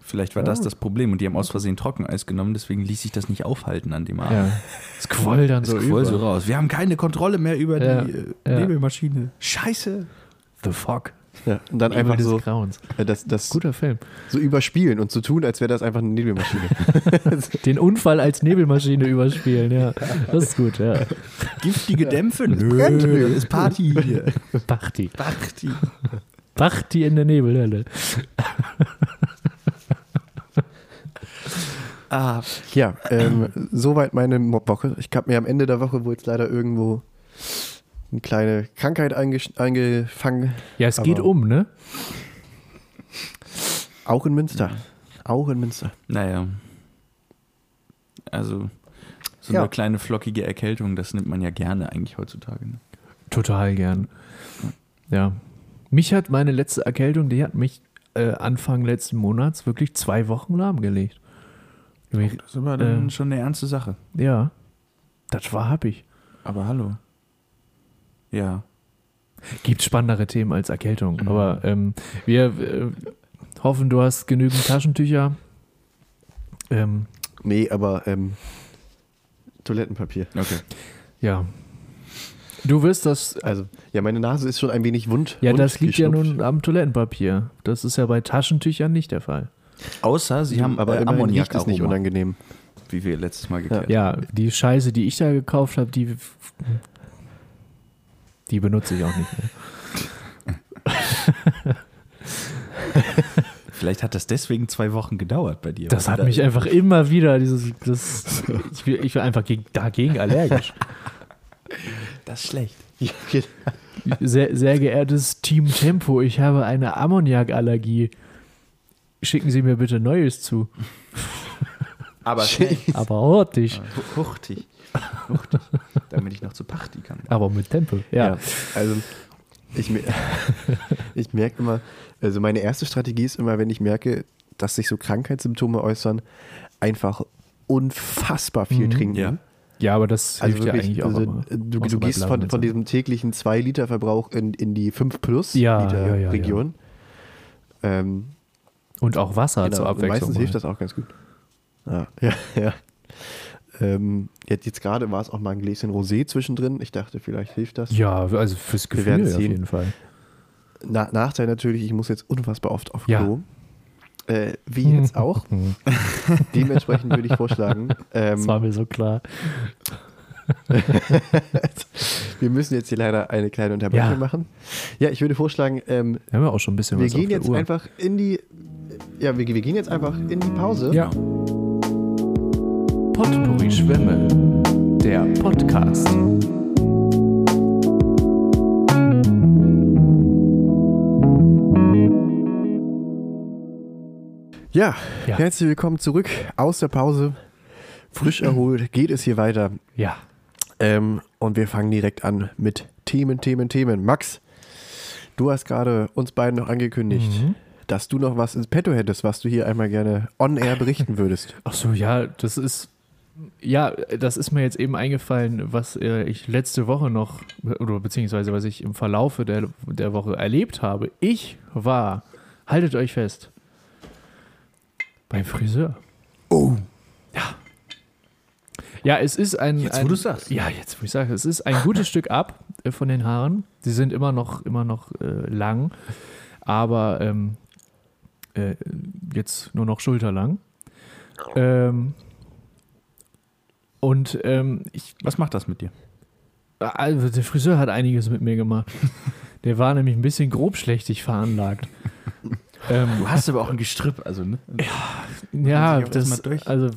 S3: Vielleicht war das das Problem und die haben aus Versehen Trockeneis genommen, deswegen ließ sich das nicht aufhalten an dem Abend.
S2: Ja. Es quoll dann
S3: Es
S2: so
S3: quoll
S2: über.
S3: so raus. Wir haben keine Kontrolle mehr über
S2: Ja,
S3: die äh,
S2: ja.
S3: Nebelmaschine. Scheiße.
S2: The fuck.
S1: Ja, und dann
S2: Einfach
S1: einfach
S2: des
S1: so,
S2: Grauens.
S1: äh, das, das
S2: Guter Film.
S1: so überspielen und zu so tun, als wäre das einfach eine Nebelmaschine.
S2: Den Unfall als Nebelmaschine überspielen, ja. Das ist gut, ja.
S3: Giftige Dämpfe?
S1: brennt.
S3: Nö, das ist Party hier.
S2: Bachti.
S3: Party.
S2: Bachti in der Nebelhölle.
S3: Ah,
S1: ja, ähm, soweit meine Mobwoche. Ich habe mir am Ende der Woche wohl jetzt leider irgendwo eine kleine Krankheit eingesch- eingefangen.
S2: Ja, es
S1: Aber-
S2: geht um, ne?
S1: Auch in Münster. Mhm. Auch in Münster.
S3: naja. Also, so
S1: Ja.
S3: eine kleine flockige Erkältung, das nimmt man ja gerne eigentlich heutzutage. Ne?
S2: Total gern. Ja. Mich hat meine letzte Erkältung, die hat mich äh, Anfang letzten Monats wirklich zwei Wochen lahmgelegt. Mich-
S3: Das ist aber
S2: dann
S3: dann schon eine ernste Sache.
S2: Ja. Das war hab ich.
S3: Aber hallo. Ja.
S2: Gibt spannendere Themen als Erkältung.
S3: Mhm.
S2: Aber ähm, wir äh, hoffen, du hast genügend Taschentücher. Ähm,
S1: Nee, aber ähm, Toilettenpapier.
S3: Okay.
S2: ja. Du wirst das.
S1: Also, ja, meine Nase ist schon ein wenig wund.
S2: Ja,
S1: wund
S2: das liegt ja
S1: geschnupft.
S2: nun am Toilettenpapier. Das ist ja bei Taschentüchern nicht der Fall.
S3: Außer sie haben
S1: aber
S3: äh,
S1: immerhin riecht es nicht
S3: Ammoniak-Aroma,
S1: unangenehm.
S3: wie wir letztes Mal geklärt haben.
S2: Ja, die Scheiße, die ich da gekauft habe, die, die benutze ich auch nicht mehr.
S3: Vielleicht hat das deswegen zwei Wochen gedauert bei
S2: <laughs>
S3: dir.
S2: Das
S3: weil
S2: hat
S3: du
S2: mich
S3: da-
S2: einfach immer wieder dieses. Das, ich, bin, ich bin einfach gegen, dagegen <laughs> allergisch.
S3: Das ist schlecht.
S2: Sehr, sehr geehrtes Team Tempo, ich habe eine Ammoniakallergie. Schicken Sie mir bitte Neues <laughs> zu. <laughs>
S3: Aber
S2: Aber hurtig.
S3: Huchtig. <laughs> Huchtig. Damit ich noch zur Party kann.
S2: Aber mit Tempo. Ja.
S1: Ja, also ich, mer- <laughs> ich merke immer, also meine erste Strategie ist immer, wenn ich merke, dass sich so Krankheitssymptome äußern, einfach unfassbar viel trinken.
S3: Ja.
S2: Mhm. Ja, aber das
S1: Also
S2: hilft
S1: wirklich,
S2: ja eigentlich auch.
S1: also,
S2: immer.
S1: du,
S2: Außer
S1: du
S2: bei
S1: gehst
S2: Blasen
S1: von, von
S2: und so.
S1: diesem täglichen 2-Liter-Verbrauch in, in die 5 plus
S2: Ja,
S1: Liter
S2: ja, ja, ja.
S1: Region. Ähm,
S2: Und auch Wasser
S1: Genau,
S2: zur
S1: und
S2: Abwechslung. halt.
S1: Meistens hilft das auch ganz gut. Ah, <laughs> ja, ja. Ähm, jetzt jetzt gerade war es auch mal ein Gläschen Rosé zwischendrin. Ich dachte, vielleicht hilft das.
S2: Ja, also fürs
S1: Wir
S2: Gefühl
S1: werden
S2: auf
S1: sehen.
S2: jeden Fall.
S1: Na, Nachteil natürlich, ich muss jetzt unfassbar oft auf
S2: Ja. Mhm.
S1: Klo. Äh, wie
S2: <laughs>
S1: jetzt auch. <laughs> Dementsprechend würde ich vorschlagen,
S2: Das
S1: ähm,
S2: war mir so klar.
S1: <laughs> wir müssen jetzt hier leider eine kleine Unterbrechung
S2: Ja.
S1: machen. Ja, ich würde vorschlagen, ähm,
S2: Wir haben ja auch schon ein bisschen
S1: wir
S2: was auf
S1: gehen
S2: der
S1: jetzt
S2: Uhr.
S1: einfach in die, äh, ja, wir, wir gehen jetzt einfach in die Pause.
S2: Ja. Potpourri Schwemme, der Podcast.
S1: Ja,
S2: Ja.
S1: herzlich willkommen zurück aus der Pause.
S2: <clears throat>
S1: Frisch erholt geht es hier weiter.
S2: Ja.
S1: Ähm, und wir fangen direkt an mit Themen, Themen, Themen. Max, du hast gerade uns beiden noch angekündigt,
S2: Mhm.
S1: dass du noch was ins Petto hättest, was du hier einmal gerne on-air
S2: <laughs>
S1: berichten würdest.
S2: Ach so, ja, das ist ja, das ist mir jetzt eben eingefallen, was äh, ich letzte Woche noch oder beziehungsweise was ich im Verlaufe der, der Woche erlebt habe. Ich war, haltet euch fest, beim Friseur.
S3: Oh.
S2: Ja, es ist ein.
S3: Jetzt, wo
S2: ein,
S3: du's sagst.
S2: Ja, jetzt, wo ich sage, es ist ein gutes Stück ab äh, von den Haaren. Sie sind immer noch, immer noch äh, lang, aber ähm, äh, jetzt nur noch schulterlang. Ähm, und ähm, ich,
S3: Was macht das mit dir?
S2: also der Friseur hat einiges mit mir gemacht. Der war nämlich ein bisschen grobschlächtig
S3: <laughs>
S2: veranlagt. ähm,
S3: Du hast aber auch ein Gestrüpp, also ne?
S2: ja,
S3: sich auf das
S2: das,
S3: mal durch-
S2: also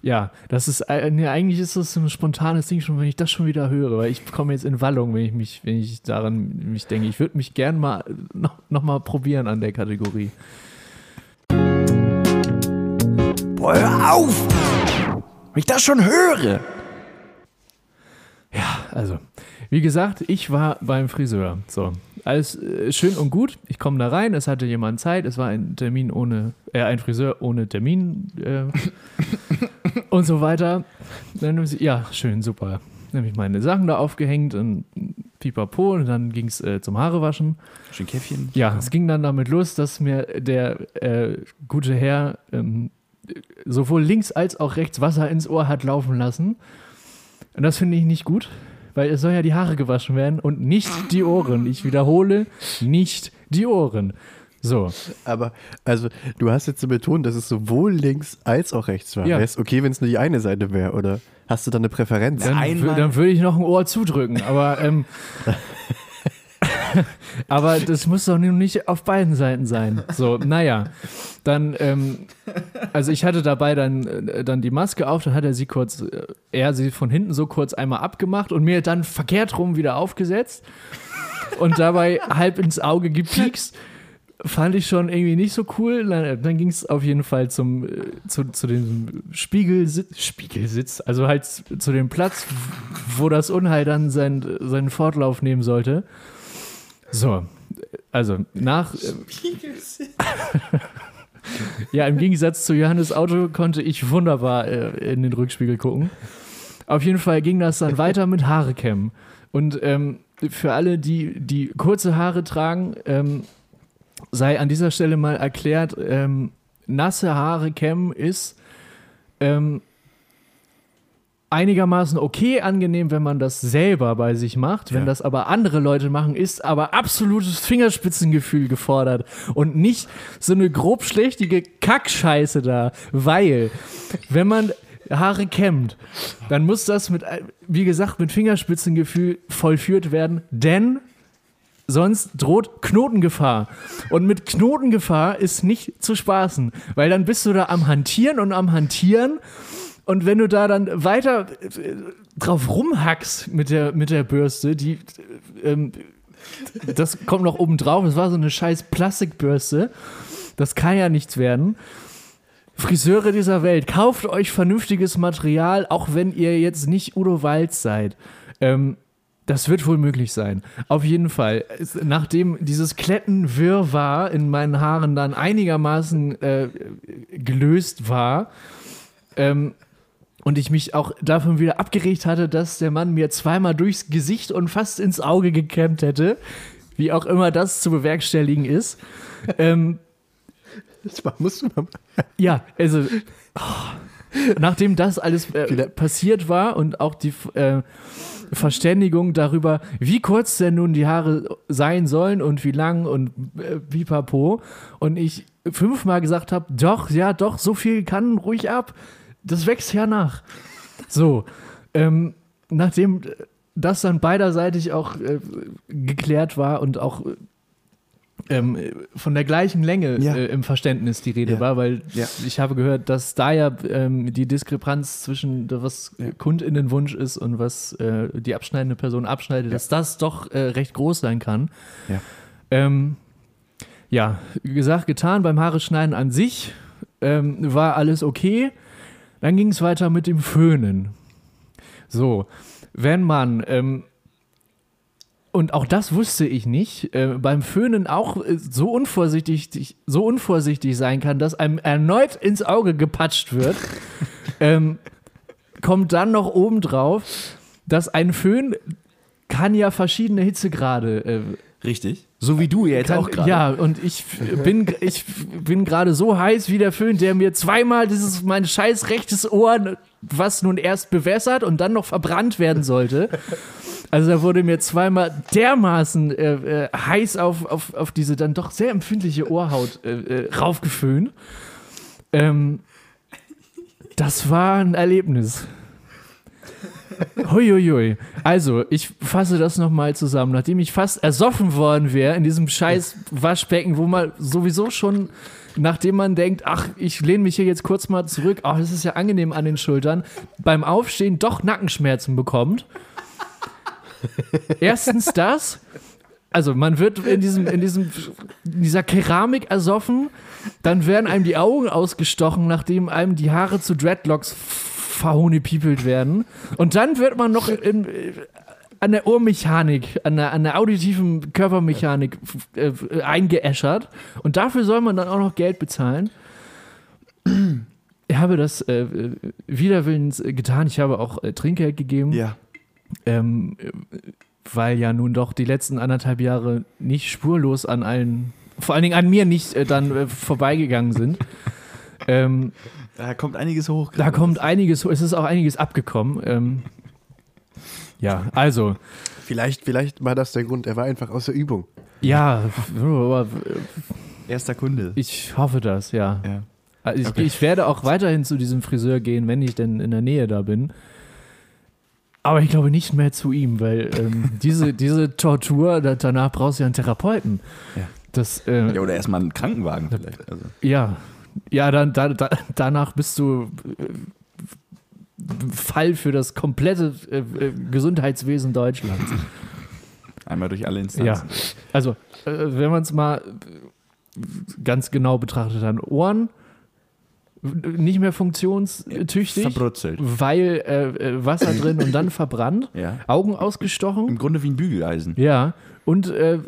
S2: Ja, das ist äh, nee, eigentlich ist das ein spontanes Ding schon, wenn ich das schon wieder höre, weil ich komme jetzt in Wallung, wenn ich mich, wenn ich daran mich denke. Ich würde mich gern mal äh, noch, noch mal probieren an der Kategorie.
S1: Boah, hör auf! Wenn ich das schon höre!
S2: Also, wie gesagt, ich war beim Friseur. So, alles äh, schön und gut. Ich komme da rein, es hatte jemand Zeit, es war ein Termin ohne, äh, ein Friseur ohne Termin äh, <laughs> und so weiter. Dann, haben sie- ja, schön, super. Dann habe ich meine Sachen da aufgehängt und pipapo und dann ging es äh, zum Haarewaschen.
S3: Schön Käffchen.
S2: Ja, es ging dann damit los, dass mir der äh, gute Herr ähm, sowohl links als auch rechts Wasser ins Ohr hat laufen lassen. Und das finde ich nicht gut, weil es soll ja die Haare gewaschen werden und nicht die Ohren. Ich wiederhole, nicht die Ohren. So,
S1: Aber, also, du hast jetzt so betont, dass es sowohl links als auch rechts war.
S2: Ja.
S1: Wäre es okay, wenn es nur die eine Seite wäre, oder? Hast du da eine Präferenz?
S2: dann, wür-
S3: Einmal-
S2: dann würde ich noch ein Ohr zudrücken, aber ähm, <laughs> aber das muss doch nun nicht auf beiden Seiten sein. So, naja, dann ähm, also ich hatte dabei dann, äh, dann die Maske auf, dann hat er sie kurz, äh, er sie von hinten so kurz einmal abgemacht und mir dann verkehrt rum wieder aufgesetzt und dabei halb ins Auge gepiekst. Fand ich schon irgendwie nicht so cool. Dann, äh, dann ging es auf jeden Fall zum, äh, zu, zu dem Spiegelsitz, Spiegelsitz, also halt zu dem Platz, wo das Unheil dann seinen, seinen Fortlauf nehmen sollte. So, also nach. <laughs> ja, im Gegensatz zu Johannes Auto konnte ich wunderbar äh, in den Rückspiegel gucken. Auf jeden Fall ging das dann weiter mit Haare kämmen. Und ähm, für alle, die, die kurze Haare tragen, ähm, sei an dieser Stelle mal erklärt, ähm, nasse Haare kämmen ist ähm, einigermaßen okay angenehm, wenn man das selber bei sich macht. Wenn
S1: Ja.
S2: das aber andere Leute machen, ist aber absolutes Fingerspitzengefühl gefordert und nicht so eine grobschlächtige Kackscheiße da, weil wenn man Haare kämmt, dann muss das mit, ein- wie gesagt, mit Fingerspitzengefühl vollführt werden, denn Sonst droht Knotengefahr. Und mit Knotengefahr ist nicht zu spaßen, weil dann bist du da am Hantieren und am Hantieren. Und wenn du da dann weiter äh, drauf rumhackst mit der, mit der Bürste, die. äh, Ähm, das kommt noch oben drauf. Das war so eine scheiß Plastikbürste. Das kann ja nichts werden. Friseure dieser Welt, kauft euch vernünftiges Material, auch wenn ihr jetzt nicht Udo Walz seid. Ähm, das wird wohl möglich sein. Auf jeden Fall. Es- Nachdem dieses Klettenwirrwarr in meinen Haaren dann einigermaßen äh, gelöst war ähm, und ich mich auch davon wieder abgeregt hatte, dass der Mann mir zweimal durchs Gesicht und fast ins Auge gekämmt hätte, wie auch immer das zu bewerkstelligen ist, ähm,
S1: Das war- musst du mal.
S2: ja, also oh, nachdem das alles äh,
S1: Wieder-
S2: passiert war und auch die äh, Verständigung darüber, wie kurz denn nun die Haare sein sollen und wie lang und äh, pipapo und ich fünfmal gesagt habe, doch, ja, doch, so viel kann ruhig ab, das wächst ja nach. So, ähm, nachdem das dann beiderseitig auch äh, geklärt war und auch äh, ähm, von der gleichen Länge
S1: Ja.
S2: äh, im Verständnis die Rede
S1: Ja.
S2: war, weil
S1: Ja.
S2: ich habe gehört, dass da ja ähm, die Diskrepanz zwischen was Kundinnenwunsch ist und was äh, die abschneidende Person abschneidet, dass das doch äh, recht groß sein kann.
S1: Ja.
S2: Ähm, ja, wie gesagt, getan beim Haare schneiden an sich ähm, war alles okay. Dann ging es weiter mit dem Föhnen. So, wenn man ähm, und auch das wusste ich nicht, äh, beim Föhnen auch äh, so unvorsichtig, dich- so unvorsichtig sein kann, dass einem erneut ins Auge gepatscht wird, ähm, kommt dann noch obendrauf, dass ein Föhn kann ja verschiedene Hitzegrade äh,
S3: Richtig. So wie du ja jetzt
S2: kann-
S3: auch gerade.
S2: Ja, und ich f- bin, ich f- bin gerade so heiß wie der Föhn, der mir zweimal dieses mein scheiß rechtes Ohr, was nun erst bewässert und dann noch verbrannt werden sollte. Also da wurde mir zweimal dermaßen äh, äh, heiß auf, auf, auf diese dann doch sehr empfindliche Ohrhaut äh, äh, raufgeföhnt. Ähm, das war ein Erlebnis. Huiuiui. Also, ich fasse das nochmal zusammen. Nachdem ich fast ersoffen worden wäre in diesem scheiß Waschbecken, wo man sowieso schon, nachdem man denkt, ach, ich lehne mich hier jetzt kurz mal zurück, ach, das ist ja angenehm an den Schultern, beim Aufstehen doch Nackenschmerzen bekommt. Erstens das. Also man wird in diesem, in diesem, in dieser Keramik ersoffen, dann werden einem die Augen ausgestochen, nachdem einem die Haare zu Dreadlocks verhonepiepelt werden. Und dann wird man noch in, an der Ohrmechanik, an der, an der auditiven Körpermechanik äh, eingeäschert. Und dafür soll man dann auch noch Geld bezahlen. Ich habe das äh, widerwillens getan. Ich habe auch äh, Trinkgeld gegeben.
S3: Ja.
S2: Ähm, weil ja nun doch die letzten anderthalb Jahre nicht spurlos an allen, vor allen Dingen an mir nicht äh, dann äh, vorbeigegangen sind. ähm,
S3: Da kommt einiges hoch.
S2: da kommt einiges, es ist auch einiges abgekommen. Ähm, ja, also,
S1: Vielleicht, vielleicht war das der Grund. Er war einfach aus der Übung.
S2: ja, aber
S3: Erster Kunde.
S2: ich hoffe das, ja.
S3: ja.
S2: Also ich,
S3: Okay.
S2: ich werde auch weiterhin zu diesem Friseur gehen, wenn ich denn in der Nähe da bin. Aber ich glaube nicht mehr zu ihm, weil
S3: <laughs>
S2: ähm, diese, diese Tortur, da, danach brauchst du ja einen Therapeuten.
S3: Ja.
S2: Das, äh,
S3: Ja, oder erstmal einen Krankenwagen vielleicht. Also.
S2: Ja, ja, dann da, da, danach bist du äh, Fall für das komplette äh, äh, Gesundheitswesen Deutschlands.
S3: Einmal durch alle
S2: Ja,
S3: Instanzen.
S2: also äh, wenn man es mal äh, ganz genau betrachtet, dann Ohren w- nicht mehr funktionstüchtig,
S3: Verbrutzelt.
S2: weil äh, äh, Wasser drin und dann verbrannt,
S3: Ja.
S2: Augen ausgestochen.
S3: Im Grunde wie ein Bügeleisen.
S2: Ja, und äh,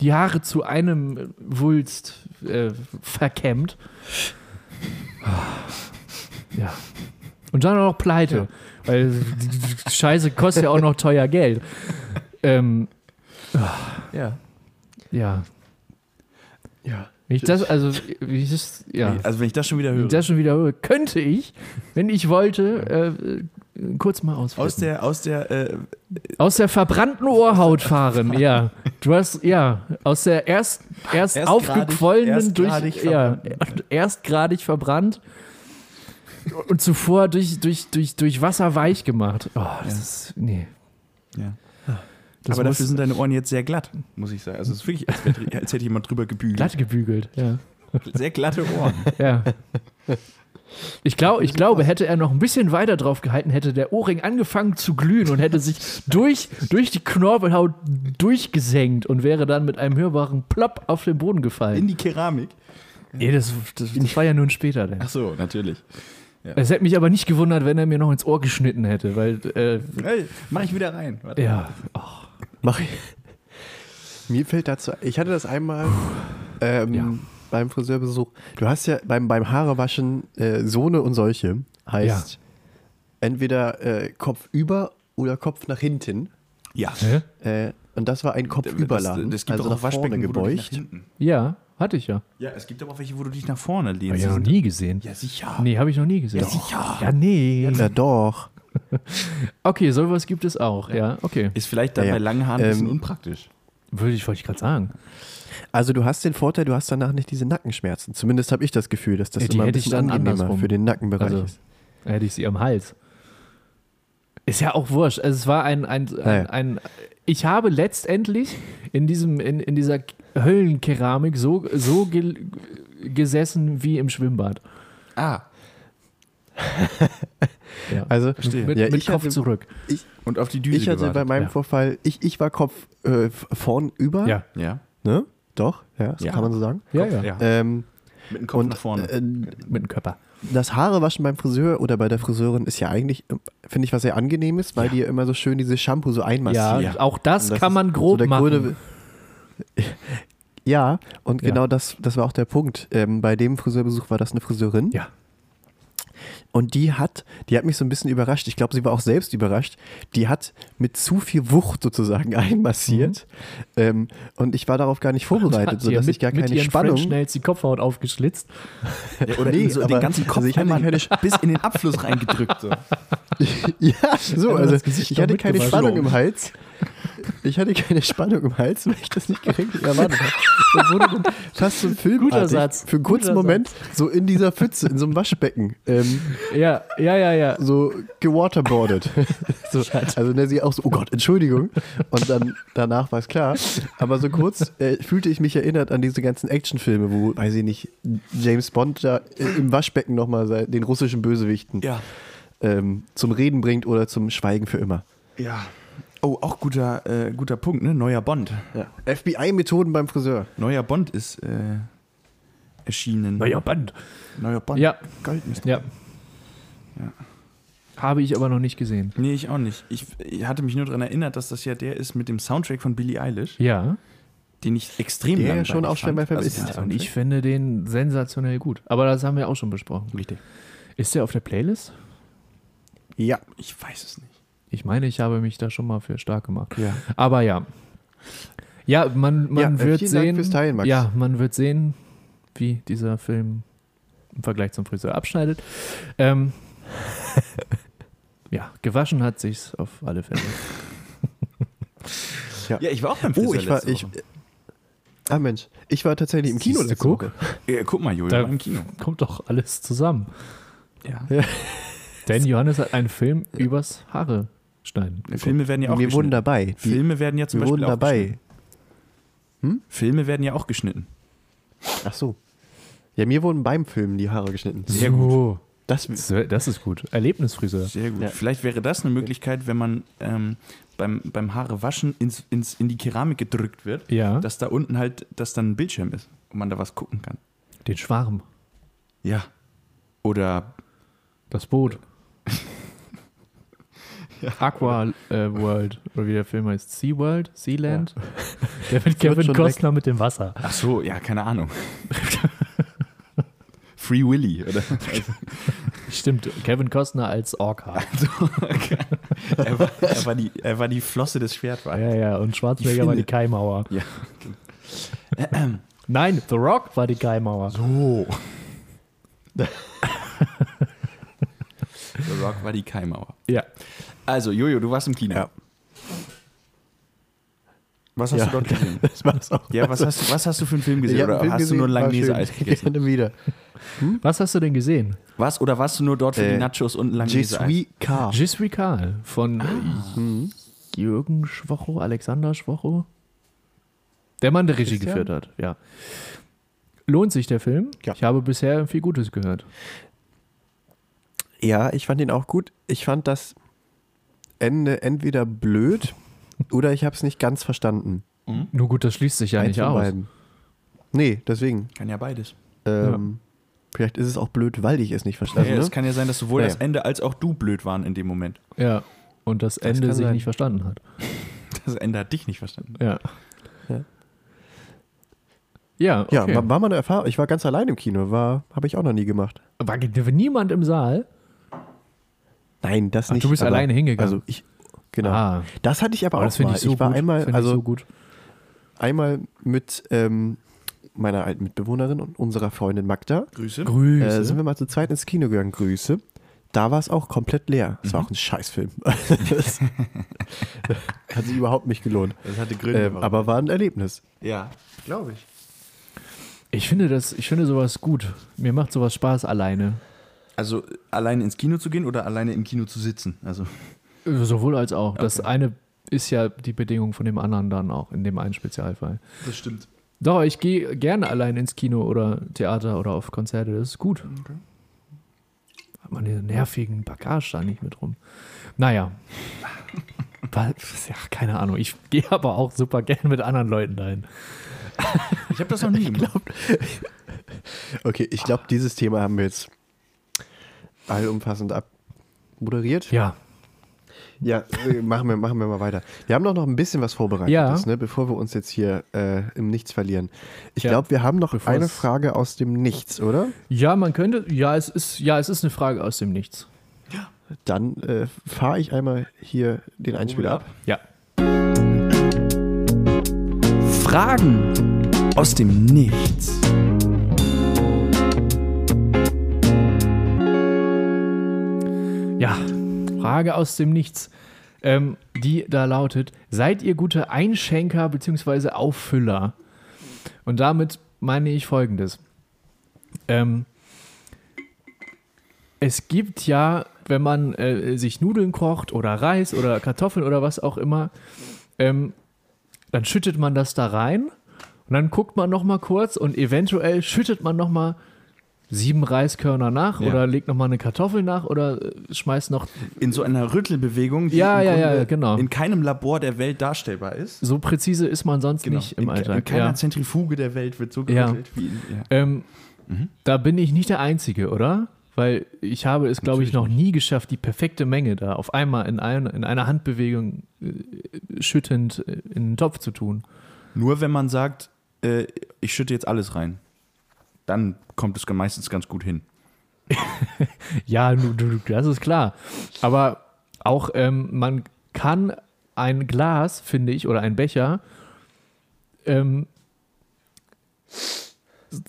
S2: die Haare zu einem Wulst äh, verkämmt. Ja. Und dann auch noch pleite, weil die- die Scheiße kostet ja auch noch teuer Geld. Ähm,
S3: Ja.
S2: ja.
S1: Ja.
S2: Wenn ich das, also, wie ich das, ja.
S3: Also wenn ich das schon wieder
S2: Wenn
S3: höre.
S2: ich das schon wieder höre, könnte ich, wenn ich wollte, äh, äh, kurz mal ausflippen.
S3: aus der, aus der, äh,
S2: Aus der verbrannten Ohrhaut fahren, ja. Du hast, ja, aus der erst, erst,
S3: Erstgradig-
S2: aufgequollenen
S3: erstgradig
S2: durch, ja, <laughs> erstgradig verbrannt und zuvor durch, durch, durch, durch Wasser weich gemacht. Oh, das ist, nee.
S3: ja.
S2: Das
S3: aber
S2: muss
S3: dafür sind deine Ohren jetzt sehr glatt, muss ich sagen. Also es ist wirklich, als, wär- als hätte jemand drüber gebügelt.
S2: glatt gebügelt, ja.
S3: Sehr glatte Ohren.
S2: <laughs> ja. Ich, glaub, ich glaube, hätte er noch ein bisschen weiter drauf gehalten, hätte der Ohrring angefangen zu glühen und hätte sich durch, durch die Knorpelhaut durchgesenkt und wäre dann mit einem hörbaren Plopp auf den Boden gefallen.
S3: In die Keramik.
S2: Nee, das, das, das war ja nun später. Denn.
S3: Ach so, natürlich.
S2: Es hätte mich aber nicht gewundert, wenn er mir noch ins Ohr geschnitten hätte, weil, äh,
S3: Hey, mach ich wieder rein. Warte.
S2: ja,
S1: Mach ich. Mir fällt dazu, ich hatte das einmal ähm,
S2: Ja.
S1: beim Friseurbesuch. Du hast ja beim, beim Haarewaschen äh, Sohne und solche. Heißt entweder äh, Kopf über oder Kopf nach hinten.
S3: Ja.
S2: Ne?
S1: Äh, und das war ein Kopf überladen,
S3: Das, das gibt
S1: also
S3: also
S1: nach
S3: auch
S1: vorne
S3: Waschbecken, gebeugt.
S1: gebeucht.
S2: ja, hatte ich ja.
S3: Ja, es gibt aber auch welche, wo du dich nach vorne
S2: Hab
S3: lehnst.
S2: ich ja noch nie gesehen.
S3: Ja, sicher.
S2: Nee, habe ich noch nie gesehen. Ja,
S3: sicher.
S2: Ja, ne. nee.
S1: Ja doch.
S2: Okay, sowas gibt es auch, ja, okay.
S3: Ist vielleicht dann
S1: Ja, ja.
S3: bei langen Haaren ein bisschen
S1: Ähm,
S3: unpraktisch.
S2: Würde ich, wollte ich gerade sagen.
S1: Also du hast den Vorteil, du hast danach nicht diese Nackenschmerzen. Zumindest habe ich das Gefühl, dass das
S2: Ja, die
S1: immer ein
S2: hätte ich
S1: bisschen
S2: dann
S1: angenehmer
S2: andersrum.
S1: für den Nackenbereich
S2: Also,
S1: ist.
S2: hätte ich sie am Hals. Ist ja auch wurscht. Also es war ein, ein, ein,
S1: Naja.
S2: ein ich habe letztendlich in diesem, in, in dieser Höllenkeramik so, so gel- gesessen wie im Schwimmbad.
S3: Ah,
S2: Ja.
S1: Also
S3: Verstehe.
S2: mit
S1: ja,
S2: mit
S1: ich
S2: Kopf
S1: hatte-
S2: zurück.
S3: und auf die Düse
S1: Ich hatte bei
S3: gewartet.
S1: meinem
S2: Ja.
S1: Vorfall, ich, ich war Kopf äh, vorn über,
S2: Ja,
S3: Ja.
S1: ne? Doch, ja, so
S3: Ja.
S1: kann man so sagen.
S2: ja,
S3: Ja.
S2: ja.
S1: Ähm,
S3: Mit dem Kopf
S1: und
S3: nach vorne.
S1: äh,
S2: Mit dem Körper.
S1: das Haarewaschen beim Friseur oder bei der Friseurin ist ja eigentlich, äh, finde ich, was sehr angenehmes, weil die ja immer so schön dieses Shampoo so
S2: Ja,
S1: einmassieren.
S3: Ja.
S2: auch das,
S1: Und das
S2: kann
S1: ist
S2: man grob
S1: der
S2: machen.
S1: grüne- <laughs> ja, und
S2: Ja.
S1: genau das, das war auch der Punkt. Ähm, bei dem Friseurbesuch war das eine Friseurin.
S2: ja.
S1: Und die hat, die hat mich so ein bisschen überrascht. Ich glaube, sie war auch selbst überrascht. Die hat mit zu viel Wucht sozusagen <laughs> einmassiert. Ähm, und ich war darauf gar
S2: <laughs>
S1: nicht vorbereitet,
S2: Mhm. Hat ihr
S1: sodass
S2: mit,
S1: ich gar
S2: mit
S1: keine
S2: ihren
S1: Spannung.
S2: Schnell die Kopfhaut aufgeschlitzt.
S3: Ja, oder
S1: nee,
S3: in so den
S1: aber-
S3: ganzen Kopf
S1: also ich hatte
S3: einmal
S1: keine
S3: bis in den Abfluss reingedrückt. So.
S1: <laughs> ja, so,
S2: Ja,
S1: also
S2: das Gesicht
S1: ich
S2: doch
S1: hatte keine
S2: mitgewaschen.
S1: Spannung im Hals. <laughs> Ich hatte keine Spannung im Hals, weil ich das nicht geregelt erwartet habe. Und wurde dann fast so
S2: Guter
S1: filmartig
S2: Satz,
S1: für einen kurzen
S2: guter
S1: Moment so in dieser Pfütze, in so einem Waschbecken, ähm,
S2: <laughs> Ja, ja, ja, ja.
S1: so gewaterboardet. <laughs> so,
S2: Scheiße.
S1: also Nessie auch so, oh Gott, Entschuldigung. Und dann danach war es klar. Aber so kurz äh, fühlte ich mich erinnert an diese ganzen Actionfilme, wo, weiß ich nicht, James Bond da äh, im Waschbecken nochmal den russischen Bösewichten
S3: <laughs> Ja.
S1: ähm, zum Reden bringt oder zum Schweigen für immer.
S3: Ja. Oh, auch guter, äh, guter Punkt, ne? Neuer Bond.
S1: FBI-Methoden beim Friseur.
S3: Neuer Bond ist äh, erschienen.
S2: Band.
S3: Neuer Bond.
S2: Ja.
S3: Gold müsste.
S2: Ja.
S3: Ja.
S2: Habe ich aber noch nicht gesehen.
S3: Nee, ich auch nicht. Ich, ich hatte mich nur daran erinnert, dass das ja der ist mit dem Soundtrack von Billie Eilish,
S2: Ja.
S3: den ich extrem
S1: Der ja
S3: langweilig
S1: schon auch schwer
S3: fand.
S1: bei vermisst
S3: den
S1: ist.
S2: Und
S3: Soundtrack.
S2: ich finde den sensationell gut. Aber das haben wir auch schon besprochen.
S3: Richtig.
S2: Ist der auf der Playlist?
S1: Ja.
S3: Ich weiß es nicht.
S2: Ich meine, ich habe mich da schon mal für stark gemacht.
S3: Ja.
S2: Aber ja. Ja, man, man
S1: Ja, äh,
S2: wird
S1: vielen Dank
S2: sehen.
S1: fürs Teilen, Max.
S2: Ja, man wird sehen, wie dieser Film im Vergleich zum Friseur abschneidet. <laughs> Ähm, ja, gewaschen hat sich's auf alle Fälle.
S3: Ja, ich war auch beim Friseur
S1: Oh, ich war.
S3: letzte
S1: Ich,
S3: Woche.
S1: ah, Mensch. Ich war tatsächlich im Kino
S2: Siehst du,
S1: letzte
S2: guck.
S1: Woche.
S3: Äh, guck mal, Julia,
S2: Da-
S3: war im Kino.
S2: Kommt doch alles zusammen.
S3: Ja.
S2: Denn Johannes hat einen Film übers Haare schneiden.
S3: Filme werden ja auch
S1: Wir
S3: geschnitten.
S1: wurden dabei. Die,
S3: Filme werden ja zum
S1: wir
S3: Beispiel
S1: wurden
S3: auch
S1: dabei.
S3: geschnitten. Filme werden ja auch geschnitten.
S1: Ach so. Ja, mir wurden beim Filmen die Haare geschnitten.
S3: Sehr
S2: gut.
S1: Das,
S2: Oh. Das ist gut. Erlebnisfriseur.
S3: Sehr gut.
S1: Ja.
S3: Vielleicht wäre das eine Möglichkeit, wenn man ähm, beim, beim Haare waschen ins, ins, in die Keramik gedrückt wird,
S2: Ja,
S3: dass da unten halt, dass dann ein Bildschirm ist und man da was gucken kann.
S2: den Schwarm,
S3: Ja. Oder
S2: das
S3: <laughs>
S2: Boot. Aqua äh, World, oder wie der Film heißt, Sea World, Sealand. <laughs> Der mit Kevin
S1: schon
S2: Costner mit dem Wasser.
S3: ach so, ja, keine <laughs> Ahnung. Free Willy, oder?
S2: Stimmt, Kevin Costner als
S3: <laughs>
S2: Orca.
S3: Er war, er war, die, er war die Flosse des Schwertwalds.
S2: Ja, ja, und Schwarzenegger
S3: Ich
S2: war die
S3: finde-
S2: Kaimauer.
S3: Ja.
S2: <clears throat> Nein, The Rock war die Kaimauer.
S3: <laughs> So. The Rock war die Keimauer.
S2: Ja.
S3: Also, Jojo, du warst im Kino.
S1: Ja.
S3: Was hast
S1: Ja.
S3: du dort gesehen?
S1: das war's <laughs> auch.
S3: <laughs> Ja, was hast, was hast du für einen Film gesehen?
S1: Ich hab
S3: oder
S1: einen Film
S3: hast du nur ein
S1: gesehen, war
S3: Langnese-Eis
S1: schön. <laughs>
S3: gegessen?
S1: Gerne wieder.
S2: Was hast du denn gesehen?
S3: Was? Oder warst du nur dort für
S1: Äh,
S3: die Nachos und ein
S1: Je
S3: Langnese-Eis?
S1: suis car.
S2: Je suis Karl von
S1: Ah.
S2: Jürgen Schwocho, Alexander Schwocho. Der Mann, der Regie
S1: Christian?
S2: geführt hat, ja. Lohnt sich der Film?
S1: Ja.
S2: Ich habe bisher viel Gutes gehört.
S1: Ja, ich fand ihn auch gut. Ich fand das Ende entweder
S3: <laughs>
S1: blöd oder ich habe es nicht ganz verstanden.
S2: Nur gut, das schließt sich ja
S1: Hm? Eins
S2: nicht
S1: von
S2: aus.
S1: beiden. Nee, deswegen.
S3: Kann ja beides.
S1: Ähm, Vielleicht ist es auch blöd, weil ich es nicht verstanden
S3: ja,
S1: habe. ne?
S3: es kann ne? ja sein, dass sowohl
S1: Naja.
S3: das Ende als auch du blöd waren in dem Moment.
S2: Ja. Und das Ende
S1: kann
S2: sich
S1: sein.
S2: nicht verstanden hat.
S3: Das Ende hat dich nicht verstanden.
S2: Ja.
S1: Ja.
S2: Ja, okay.
S1: Ja, war, war mal eine Erfahrung. Ich war ganz allein im Kino, war, habe ich auch noch nie gemacht.
S2: war niemand im Saal?
S1: Nein, das
S2: Ach,
S1: nicht.
S2: du bist alleine hingegangen.
S1: Also ich, genau.
S2: Ah.
S1: Das hatte ich aber
S2: Aber
S1: auch
S2: das finde
S1: mal.
S2: ich so
S1: war
S2: gut.
S1: einmal,
S2: Finde ich
S1: also
S2: so gut.
S1: einmal mit ähm, meiner alten Mitbewohnerin und unserer Freundin Magda.
S3: Grüße.
S2: Grüße.
S1: Äh, sind wir mal zu zweit ins Kino gegangen. Grüße. Da war es auch komplett leer. Es war
S2: Mhm.
S1: auch ein Scheißfilm. <laughs>
S2: <laughs>
S1: das hat sich überhaupt nicht gelohnt.
S3: Das hatte Gründe.
S1: Ähm,
S3: warum.
S1: aber war ein Erlebnis.
S3: ja, glaube ich.
S2: ich finde das, ich finde sowas gut. Mir macht sowas Spaß alleine.
S3: Also alleine ins Kino zu gehen oder alleine im Kino zu sitzen? Also
S2: Sowohl als auch. Das eine ist ja die Bedingung von dem anderen dann auch, in dem einen Spezialfall.
S3: das stimmt.
S2: Doch, ich gehe gerne allein ins Kino oder Theater oder auf Konzerte. Das ist gut. Hat man diese nervigen Bagage da nicht mit rum.
S3: <laughs>
S2: Naja. Was? Ja, keine Ahnung. Ich gehe aber auch super gerne mit anderen Leuten dahin.
S3: Ich habe
S2: <laughs>
S3: das noch nie gemacht.
S1: Okay, ich glaube, dieses Thema haben wir jetzt allumfassend abmoderiert.
S2: Ja.
S1: Ja, äh, machen wir, machen wir mal weiter. Wir haben doch noch ein bisschen was vorbereitet,
S2: Ja.
S1: ne, bevor wir uns jetzt hier äh, im Nichts verlieren. Ich
S2: Ja.
S1: glaube, wir haben noch
S2: Bevor
S1: eine
S2: es-
S1: Frage aus dem Nichts, oder?
S2: Ja, man könnte. Ja, es ist, ja, es ist eine Frage aus dem Nichts.
S1: Dann äh, fahre ich einmal hier den Einspieler ab.
S2: Ja.
S3: Fragen aus dem Nichts.
S2: Ja. Frage aus dem Nichts. ähm, die da lautet: Seid ihr gute Einschenker bzw. Auffüller? Und damit meine ich folgendes: ähm, Es gibt ja, wenn man äh, sich Nudeln kocht oder Reis oder Kartoffeln oder was auch immer, ähm, dann schüttet man das da rein und dann guckt man noch mal kurz und eventuell schüttet man noch mal sieben Reiskörner nach
S3: Ja.
S2: oder legt noch mal eine Kartoffel nach oder äh, schmeißt noch
S3: In so einer Rüttelbewegung, die
S2: Ja,
S3: im
S2: ja, ja,
S3: Grunde
S2: genau.
S3: in keinem Labor der Welt darstellbar ist. Genau.
S2: so präzise ist man sonst nicht im
S3: in, ke- In
S2: Alltag.
S3: keiner
S2: ja.
S3: Zentrifuge der Welt wird so
S2: Ja.
S3: gerüttelt wie in. Ja.
S2: ähm,
S3: Mhm.
S2: Da bin ich nicht der Einzige, oder? Weil ich habe es, glaube ich, noch nie geschafft, die perfekte Menge da auf einmal in, ein, in einer Handbewegung äh, schüttend äh, in den Topf zu tun.
S3: Nur wenn man sagt, äh, ich schütte jetzt alles rein, dann kommt es meistens ganz gut hin.
S2: Ja, du, du, du, das ist klar. Aber auch ähm, man kann ein Glas, finde ich, oder ein Becher. Ähm,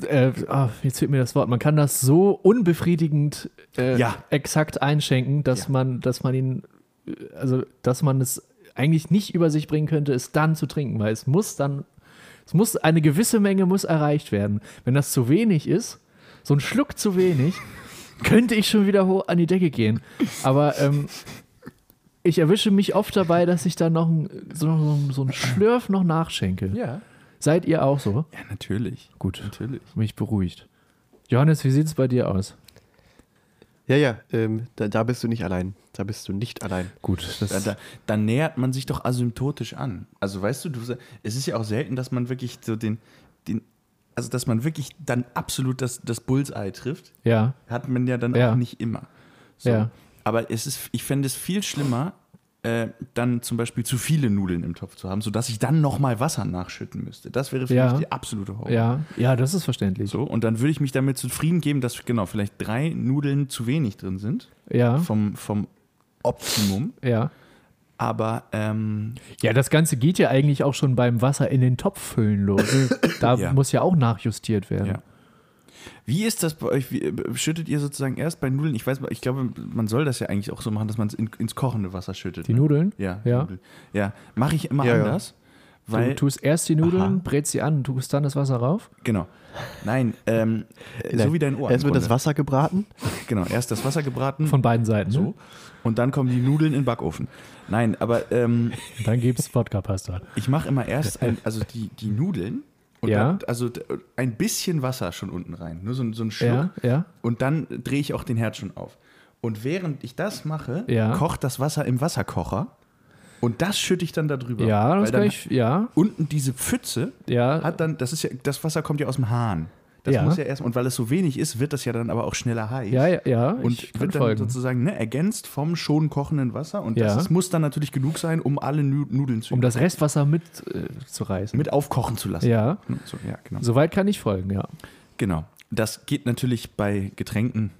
S2: äh, ah, jetzt fehlt mir das Wort. Man kann das so unbefriedigend äh,
S3: Ja.
S2: exakt einschenken, dass
S3: Ja.
S2: man, dass man ihn, äh, also dass man es eigentlich nicht über sich bringen könnte, es dann zu trinken, weil es muss dann, es muss eine gewisse Menge muss erreicht werden. Wenn das zu wenig ist, so ein Schluck zu
S3: <laughs>
S2: wenig, könnte ich schon wieder hoch an die Decke gehen. Aber ähm, ich erwische mich oft dabei, dass ich dann noch ein, so, so, so ein Schlürf noch nachschenke.
S3: Ja.
S2: Seid ihr auch so?
S3: Ja, natürlich.
S2: Gut.
S3: Natürlich.
S2: Mich beruhigt. Johannes, wie sieht es bei dir aus?
S1: Ja, ja, ähm, da, da bist du nicht allein. Da bist du nicht allein.
S2: Gut,
S3: Da, da, da nähert man sich doch asymptotisch an. Also weißt du, du, sa- es ist ja auch selten, dass man wirklich so den, den also dass man wirklich dann absolut das, das Bullseye trifft,
S2: ja,
S3: hat man ja dann
S2: Ja.
S3: auch nicht immer. So.
S2: Ja.
S3: Aber es ist, ich fände es viel schlimmer, äh, dann zum Beispiel zu viele Nudeln im Topf zu haben, sodass ich dann nochmal Wasser nachschütten müsste. Das wäre für
S2: Ja.
S3: mich die absolute Horror.
S2: ja, ja, das ist verständlich.
S3: So, und dann würde ich mich damit zufrieden geben, dass genau vielleicht drei Nudeln zu wenig drin sind
S2: Ja,
S3: vom, vom Optimum.
S2: ja.
S3: Aber ähm,
S2: Ja, das Ganze geht ja eigentlich auch schon beim Wasser in den Topf füllen
S3: <laughs>
S2: los. Da
S3: Ja.
S2: muss ja auch nachjustiert werden.
S3: Ja. Wie ist das bei euch? Wie, äh, schüttet ihr sozusagen erst bei Nudeln? Ich weiß, ich glaube, man soll das ja eigentlich auch so machen, dass man es in, ins kochende Wasser schüttet.
S2: Die
S3: ne?
S2: Nudeln?
S3: Ja. die
S2: Ja.
S3: Nudeln. Ja. Mache ich immer
S1: Ja, ja.
S3: anders.
S2: Du
S3: Weil,
S2: tust erst die Nudeln,
S3: Aha.
S2: brätst sie an, tust dann das Wasser rauf.
S3: genau. Nein,
S2: <laughs>
S3: ähm, äh, so wie dein Ohr.
S1: Erst
S3: im
S1: wird das
S3: Grunde.
S1: Wasser gebraten.
S3: Genau, erst das Wasser gebraten
S2: Von beiden Seiten. ne?
S3: so, und dann kommen die Nudeln in den Backofen. Nein, aber ähm,
S2: Und dann gibt es Wodka-Pasta.
S3: ich mache immer erst ein, also die, die Nudeln und
S2: Ja.
S3: dann, also d- ein bisschen Wasser schon unten rein. Nur so, ein- so ein Schluck.
S2: Ja, ja.
S3: Und dann drehe ich auch den Herd schon auf. Und während ich das mache,
S2: Ja.
S3: kocht das Wasser im Wasserkocher und das schütte ich dann darüber.
S2: Ja,
S3: Weil
S2: das
S3: dann
S2: kann ich, ja,
S3: Unten diese Pfütze
S2: ja.
S3: hat dann, das ist ja, das Wasser kommt ja aus dem Hahn. Das
S2: Ja.
S3: muss ja erst, und weil es so wenig ist, wird das ja dann aber auch schneller heiß.
S2: ja, ja, ja. ich
S3: Und
S2: kann
S3: wird dann
S2: folgen.
S3: sozusagen ne, ergänzt vom schon kochenden Wasser. Und das
S2: Ja.
S3: ist, muss dann natürlich genug sein, um alle Nu- Nudeln zu
S2: Um das Restwasser mitzureißen. Äh, zu reißen.
S3: mit aufkochen zu lassen.
S2: ja,
S3: So, ja, genau.
S2: soweit kann ich folgen, ja.
S3: Genau. Das geht natürlich bei Getränken.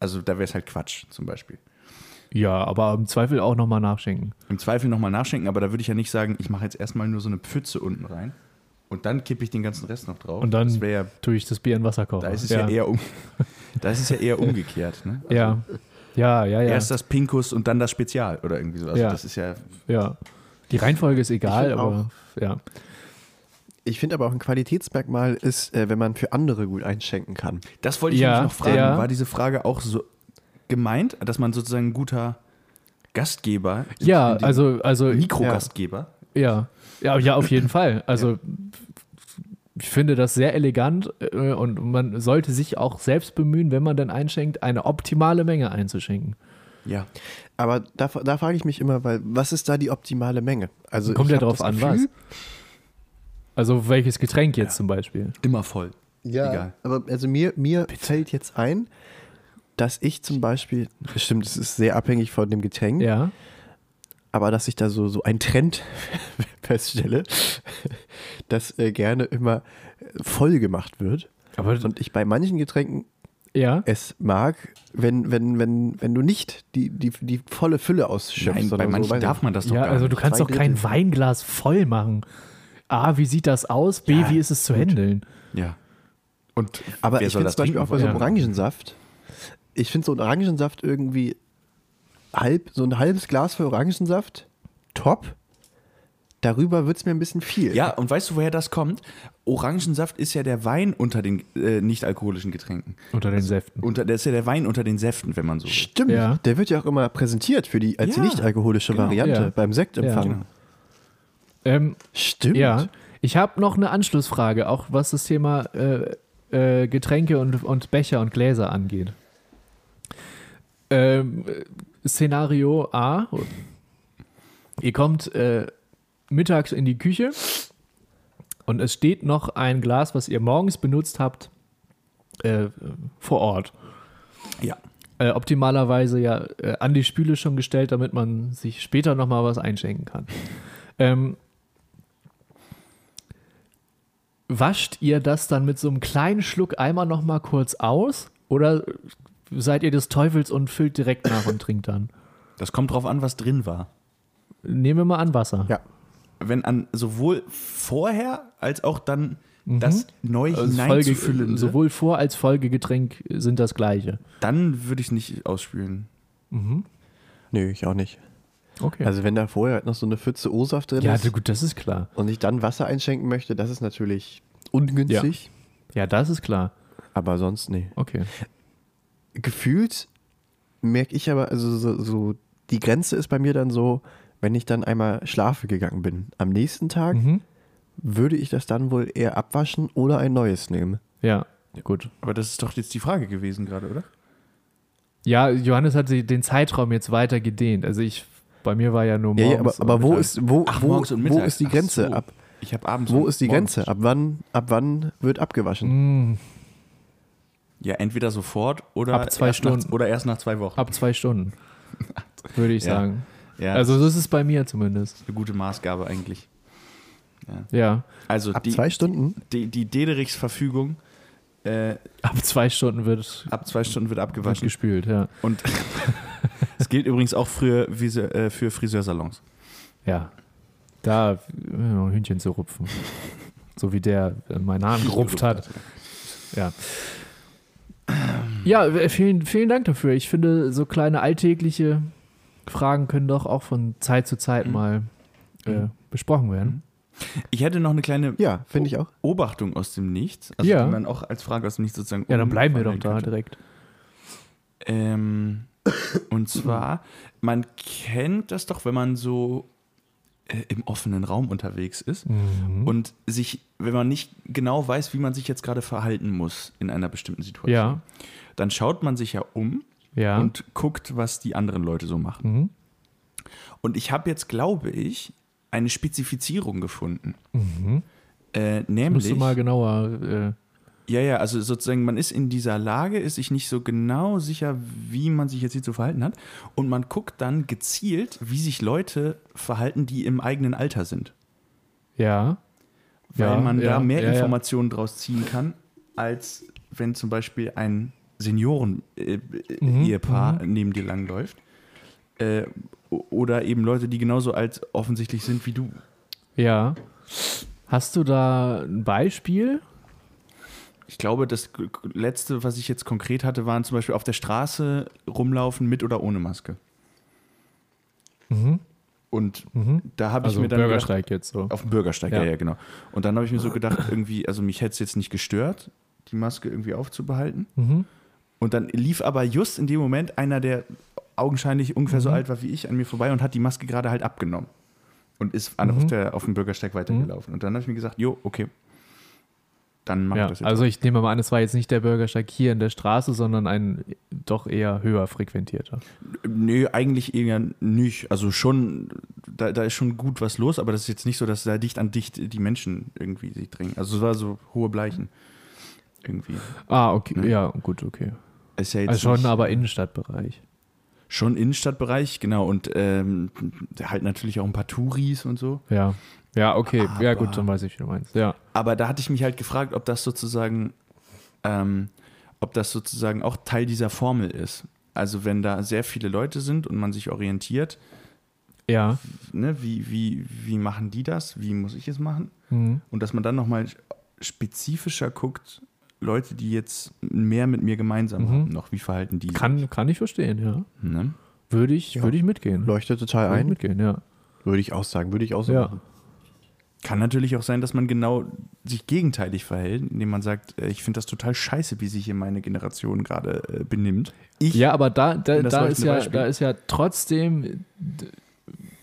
S3: Also da wäre es halt Quatsch zum Beispiel.
S2: Ja, aber im Zweifel auch nochmal nachschenken.
S3: Im Zweifel nochmal nachschenken, aber da würde ich ja nicht sagen, ich mache jetzt erstmal nur so eine Pfütze unten rein und dann kippe ich den ganzen Rest noch drauf.
S2: Und dann-
S3: Das wäre ja,
S2: Tue ich das Bier in Wasser kochen.
S3: da ist es ja, eher um, <laughs> da ist es ja eher umgekehrt. Ne? Also
S2: Ja, ja, ja, ja.
S3: Erst das Pinkus und dann das Spezial oder irgendwie so. Also
S2: Ja.
S3: das ist ja.
S2: ja. Die Reihenfolge ist egal,
S1: Ich find
S2: aber ja.
S1: Ich finde aber auch ein Qualitätsmerkmal ist, äh, wenn man für andere gut einschenken kann.
S3: Das wollte ich
S2: Ja,
S3: nämlich noch fragen.
S2: ja.
S3: War diese Frage auch so gemeint, dass man sozusagen ein guter Gastgeber,
S2: Ja,
S3: in dem-
S2: also, also,
S3: Mikrogastgeber,
S2: ja. Ja, ja, auf jeden Fall. Also, ich finde das sehr elegant äh, und man sollte sich auch selbst bemühen, wenn man dann einschenkt, eine optimale Menge einzuschenken.
S3: ja.
S1: Aber da, da frage ich mich immer, weil was ist da die optimale Menge? Also
S2: Kommt
S1: ich
S2: ja
S1: hab
S2: drauf
S1: das
S2: an,
S1: Gefühl-
S2: was. Also welches Getränk jetzt zum Beispiel?
S3: immer voll.
S1: Ja,
S3: Egal.
S1: aber also mir, mir fällt jetzt ein, dass ich zum Beispiel, stimmt, es ist sehr abhängig von dem Getränk,
S2: Ja.
S1: aber dass ich da so, so einen Trend <laughs> feststelle, <laughs> dass äh, gerne immer voll gemacht wird.
S2: Aber
S1: Und ich bei manchen Getränken
S2: ja.
S1: es mag, wenn, wenn, wenn, wenn du nicht die, die, die volle Fülle ausschöpfst.
S3: Nein, bei
S1: sondern
S3: manchen
S1: so, weiß ich-
S3: darf man das doch
S2: Ja,
S3: gar
S2: also
S3: nicht.
S2: du kannst
S1: Zwei
S2: doch kein
S1: Drittel.
S2: Weinglas voll machen. A, wie sieht das aus? B,
S3: Ja,
S2: wie ist es zu handeln?
S3: Ja. Und
S1: Aber
S3: wer
S1: ich
S3: soll
S1: finde
S3: das
S1: zum Beispiel
S3: trinken
S1: auch bei so
S3: wollen?
S1: einem Orangensaft, ich finde so einen Orangensaft irgendwie halb, so ein halbes Glas voll Orangensaft, top. Darüber wird es mir ein bisschen viel.
S3: Ja, und weißt du, woher das kommt? Orangensaft ist ja der Wein unter den äh, nicht alkoholischen Getränken.
S2: Unter den Säften.
S3: Unter, das ist ja der Wein unter den Säften, wenn man so will.
S1: Stimmt,
S2: Ja.
S1: der wird ja auch immer präsentiert für die als
S3: Ja,
S1: nicht-alkoholische
S3: genau,
S1: Variante
S2: ja.
S1: beim Sektempfang.
S2: Ja, genau. Ähm,
S1: Stimmt.
S2: ja, ich habe noch eine Anschlussfrage, auch was das Thema äh, äh, Getränke und, und Becher und Gläser angeht. Ähm, äh, Szenario A. Ihr kommt äh, mittags in die Küche und es steht noch ein Glas, was ihr morgens benutzt habt, äh, vor Ort.
S3: Ja.
S2: Äh, optimalerweise ja äh, an die Spüle schon gestellt, damit man sich später nochmal was einschenken <laughs> kann. Ähm, wascht ihr das dann mit so einem kleinen Schluck Eimer nochmal kurz aus? Oder seid ihr des Teufels und füllt direkt nach und trinkt dann?
S3: Das kommt drauf an, was drin war.
S2: Nehmen wir mal an Wasser.
S1: Ja.
S3: Wenn an sowohl vorher als auch dann
S1: Mhm.
S3: das neu
S2: Also
S3: hineinzufüllen,
S2: sowohl Vor- als Folgegetränk sind das gleiche.
S3: dann würde ich es nicht ausspülen.
S1: Nö, ich auch nicht.
S2: Okay.
S1: Also wenn da vorher halt noch so eine Pfütze O-Saft drin
S2: ja,
S1: ist
S2: gut, das ist klar.
S1: und ich dann Wasser einschenken möchte, das ist natürlich ungünstig.
S2: Ja, das ist klar.
S1: Aber sonst, nee.
S2: Okay.
S1: Gefühlt merke ich aber, also so, so, die Grenze ist bei mir dann so, wenn ich dann einmal schlafe gegangen bin. Am nächsten Tag
S2: Mhm.
S1: würde ich das dann wohl eher abwaschen oder ein neues nehmen.
S2: Ja, gut.
S3: Aber das ist doch jetzt die Frage gewesen gerade, oder?
S2: Ja, Johannes hat sich den Zeitraum jetzt weiter gedehnt. Also ich, bei mir war ja nur
S1: Ja,
S2: morgens.
S1: ja, aber,
S2: und
S1: aber wo,
S2: mittags.
S1: ist, wo, wo,
S3: morgens und
S1: wo
S3: mittags.
S1: ist die
S3: Ach
S1: Grenze?
S3: so.
S1: Ab,
S3: Ich habe abends.
S1: wo
S3: und
S1: ist die
S3: morgens.
S1: Grenze? Ab wann, ab wann wird abgewaschen?
S2: Mm,
S3: Ja, entweder sofort oder
S2: Ab zwei
S3: erst
S2: Stunden.
S3: Nach, oder erst nach zwei Wochen.
S2: ab zwei Stunden, würde ich
S3: Ja.
S2: sagen.
S3: ja,
S2: Also so ist es bei mir zumindest.
S3: eine gute Maßgabe eigentlich.
S2: Ja,
S3: Also
S1: Ab
S3: die,
S1: zwei Stunden?
S3: die, die Dederichs Verfügung äh,
S2: ab zwei Stunden wird,
S3: ab zwei Stunden wird
S2: wird
S3: abgewaschen.
S2: gespült. Ja,
S3: Und <laughs> es gilt übrigens auch für, Vise- äh, für Friseursalons.
S2: ja. da äh, Hühnchen zu rupfen, so wie der äh, meinen
S1: <laughs>
S2: Namen gerupft hat. Ja. Ja, w- vielen, vielen Dank dafür. Ich finde, so kleine alltägliche Fragen können doch auch von Zeit zu Zeit
S1: Mhm.
S2: mal äh, besprochen werden.
S3: Ich hätte noch eine kleine
S1: Ja, finde ich auch.
S3: Beobachtung aus dem Nichts. Also
S2: Ja.
S3: die man auch als Frage aus dem Nichts sozusagen.
S2: Ja, dann bleiben wir doch da
S3: umwandeln
S2: direkt.
S3: könnte. Ähm, und zwar, man kennt das doch, wenn man so äh, im offenen Raum unterwegs ist
S2: Mhm.
S3: und sich, wenn man nicht genau weiß, wie man sich jetzt gerade verhalten muss in einer bestimmten Situation,
S2: Ja,
S3: dann schaut man sich ja um
S2: ja.
S3: und guckt, was die anderen Leute so machen.
S2: Mhm.
S3: Und ich habe jetzt, glaube ich, eine Spezifizierung gefunden. Äh,
S2: Mhm. Musst
S3: nämlich,
S2: du mal genauer. äh,
S3: ja, ja, also sozusagen, man ist in dieser Lage, ist sich nicht so genau sicher, wie man sich jetzt hier zu verhalten hat. Und man guckt dann gezielt, wie sich Leute verhalten, die im eigenen Alter sind.
S2: Äh, ja.
S3: Weil
S2: ja,
S3: man
S2: ja,
S3: da mehr
S2: ja, ja.
S3: Informationen draus ziehen kann, als wenn zum Beispiel ein
S2: Mhm,
S3: Senioren-Ehepaar neben dir langläuft. Äh, o- oder eben Leute, die genauso alt offensichtlich sind wie du.
S2: Ja. Hast du da ein Beispiel?
S3: Ich glaube, das k- k- letzte, was ich jetzt konkret hatte, waren zum Beispiel auf der Straße rumlaufen mit oder ohne Maske. Und da habe ich
S2: Mhm. Also
S3: mir dann gedacht,
S2: Bürgersteig jetzt so.
S3: auf dem Bürgersteig, ja.
S2: Ja.
S3: ja, genau. Und dann habe ich mir so gedacht, irgendwie, also mich hätte es jetzt nicht gestört, die Maske irgendwie aufzubehalten.
S2: Mhm.
S3: Und dann lief aber just in dem Moment einer, der augenscheinlich ungefähr
S2: Mhm.
S3: so alt war wie ich, an mir vorbei und hat die Maske gerade halt abgenommen. Und ist
S2: Mhm.
S3: an, auf, der, auf dem Bürgersteig weitergelaufen. Und dann habe ich mir gesagt, jo, okay. Dann mach
S2: Ja,
S3: das jetzt.
S2: also ich nehme mal an, es war jetzt nicht der Bürgersteig hier in der Straße, sondern ein doch eher höher frequentierter.
S3: Nö, eigentlich eher nicht. Also schon, da, da ist schon gut was los, aber das ist jetzt nicht so, dass da dicht an dicht die Menschen irgendwie sich drängen. Also es war so hohe Bleichen. Irgendwie.
S2: Ah, okay. Ja, gut, okay.
S3: Ist ja jetzt
S2: Also schon,
S3: nicht-
S2: aber Innenstadtbereich.
S3: schon Innenstadtbereich, genau. Und ähm, halt natürlich auch ein paar Touris und so.
S2: Ja. Ja, okay. ja,
S3: Aber-
S2: gut, dann weiß ich, wie du meinst. Ja.
S3: Aber da hatte ich mich halt gefragt, ob das sozusagen, ähm, ob das sozusagen auch Teil dieser Formel ist. Also wenn da sehr viele Leute sind und man sich orientiert,
S2: Ja.
S3: ne, wie, wie, wie machen die das? Wie muss ich es machen?
S2: Mhm.
S3: Und dass man dann nochmal spezifischer guckt, Leute,
S2: Mhm.
S3: die jetzt mehr mit mir gemeinsam haben, noch, wie verhalten die sich?
S2: Kann, kann ich verstehen, ja.
S3: Ne?
S2: Würde ich,
S1: Ja.
S2: würde ich mitgehen.
S1: Leuchtet total
S2: Würde ich
S1: ein.
S2: mitgehen, ja.
S1: Würde ich auch sagen, würde ich auch so
S2: Ja.
S1: machen.
S3: Kann natürlich auch sein, dass man genau sich gegenteilig verhält, indem man sagt, äh, ich finde das total scheiße, wie sich hier meine Generation gerade äh, benimmt. Ich
S2: Ja, aber da, da,
S3: Um das
S2: da,
S3: leuchtende
S2: ist ja,
S3: Beispiel.
S2: da ist ja trotzdem äh, d-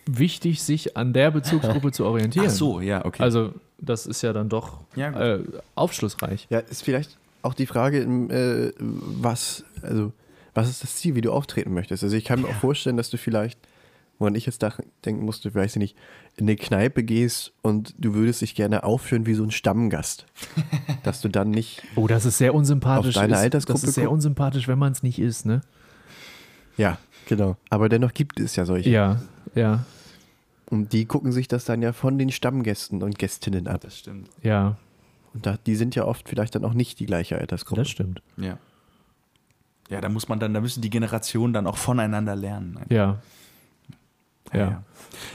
S2: wichtig, sich an der Bezugsgruppe zu orientieren.
S3: Ach so, ja, okay.
S2: Also, das ist ja dann doch
S3: Ja, gut.
S2: äh, aufschlussreich.
S1: Ja, ist vielleicht auch die Frage, ähm, äh, was, also, was ist das Ziel, wie du auftreten möchtest? Also ich kann mir auch vorstellen, dass du vielleicht, woran ich jetzt dach- denken musste, weiß ich nicht, in eine Kneipe gehst und du würdest dich gerne aufführen wie so ein <laughs> Stammgast. dass du dann nicht,
S2: Oh, das ist sehr unsympathisch.
S1: Auf deine
S2: ist,
S1: Altersgruppe
S2: das ist sehr
S1: gucken?
S2: unsympathisch, wenn man es nicht ist, ne?
S1: ja, genau. Aber dennoch gibt es ja solche.
S2: Ja, ja,
S1: Und die gucken sich das dann ja von den Stammgästen und Gästinnen ab.
S3: das stimmt.
S2: ja.
S1: Und da, die sind ja oft vielleicht dann auch nicht die gleiche Altersgruppe.
S2: Das stimmt.
S3: Ja. Ja, da muss man dann, da müssen die Generationen dann auch voneinander lernen.
S2: Ja. Ja.
S3: ja.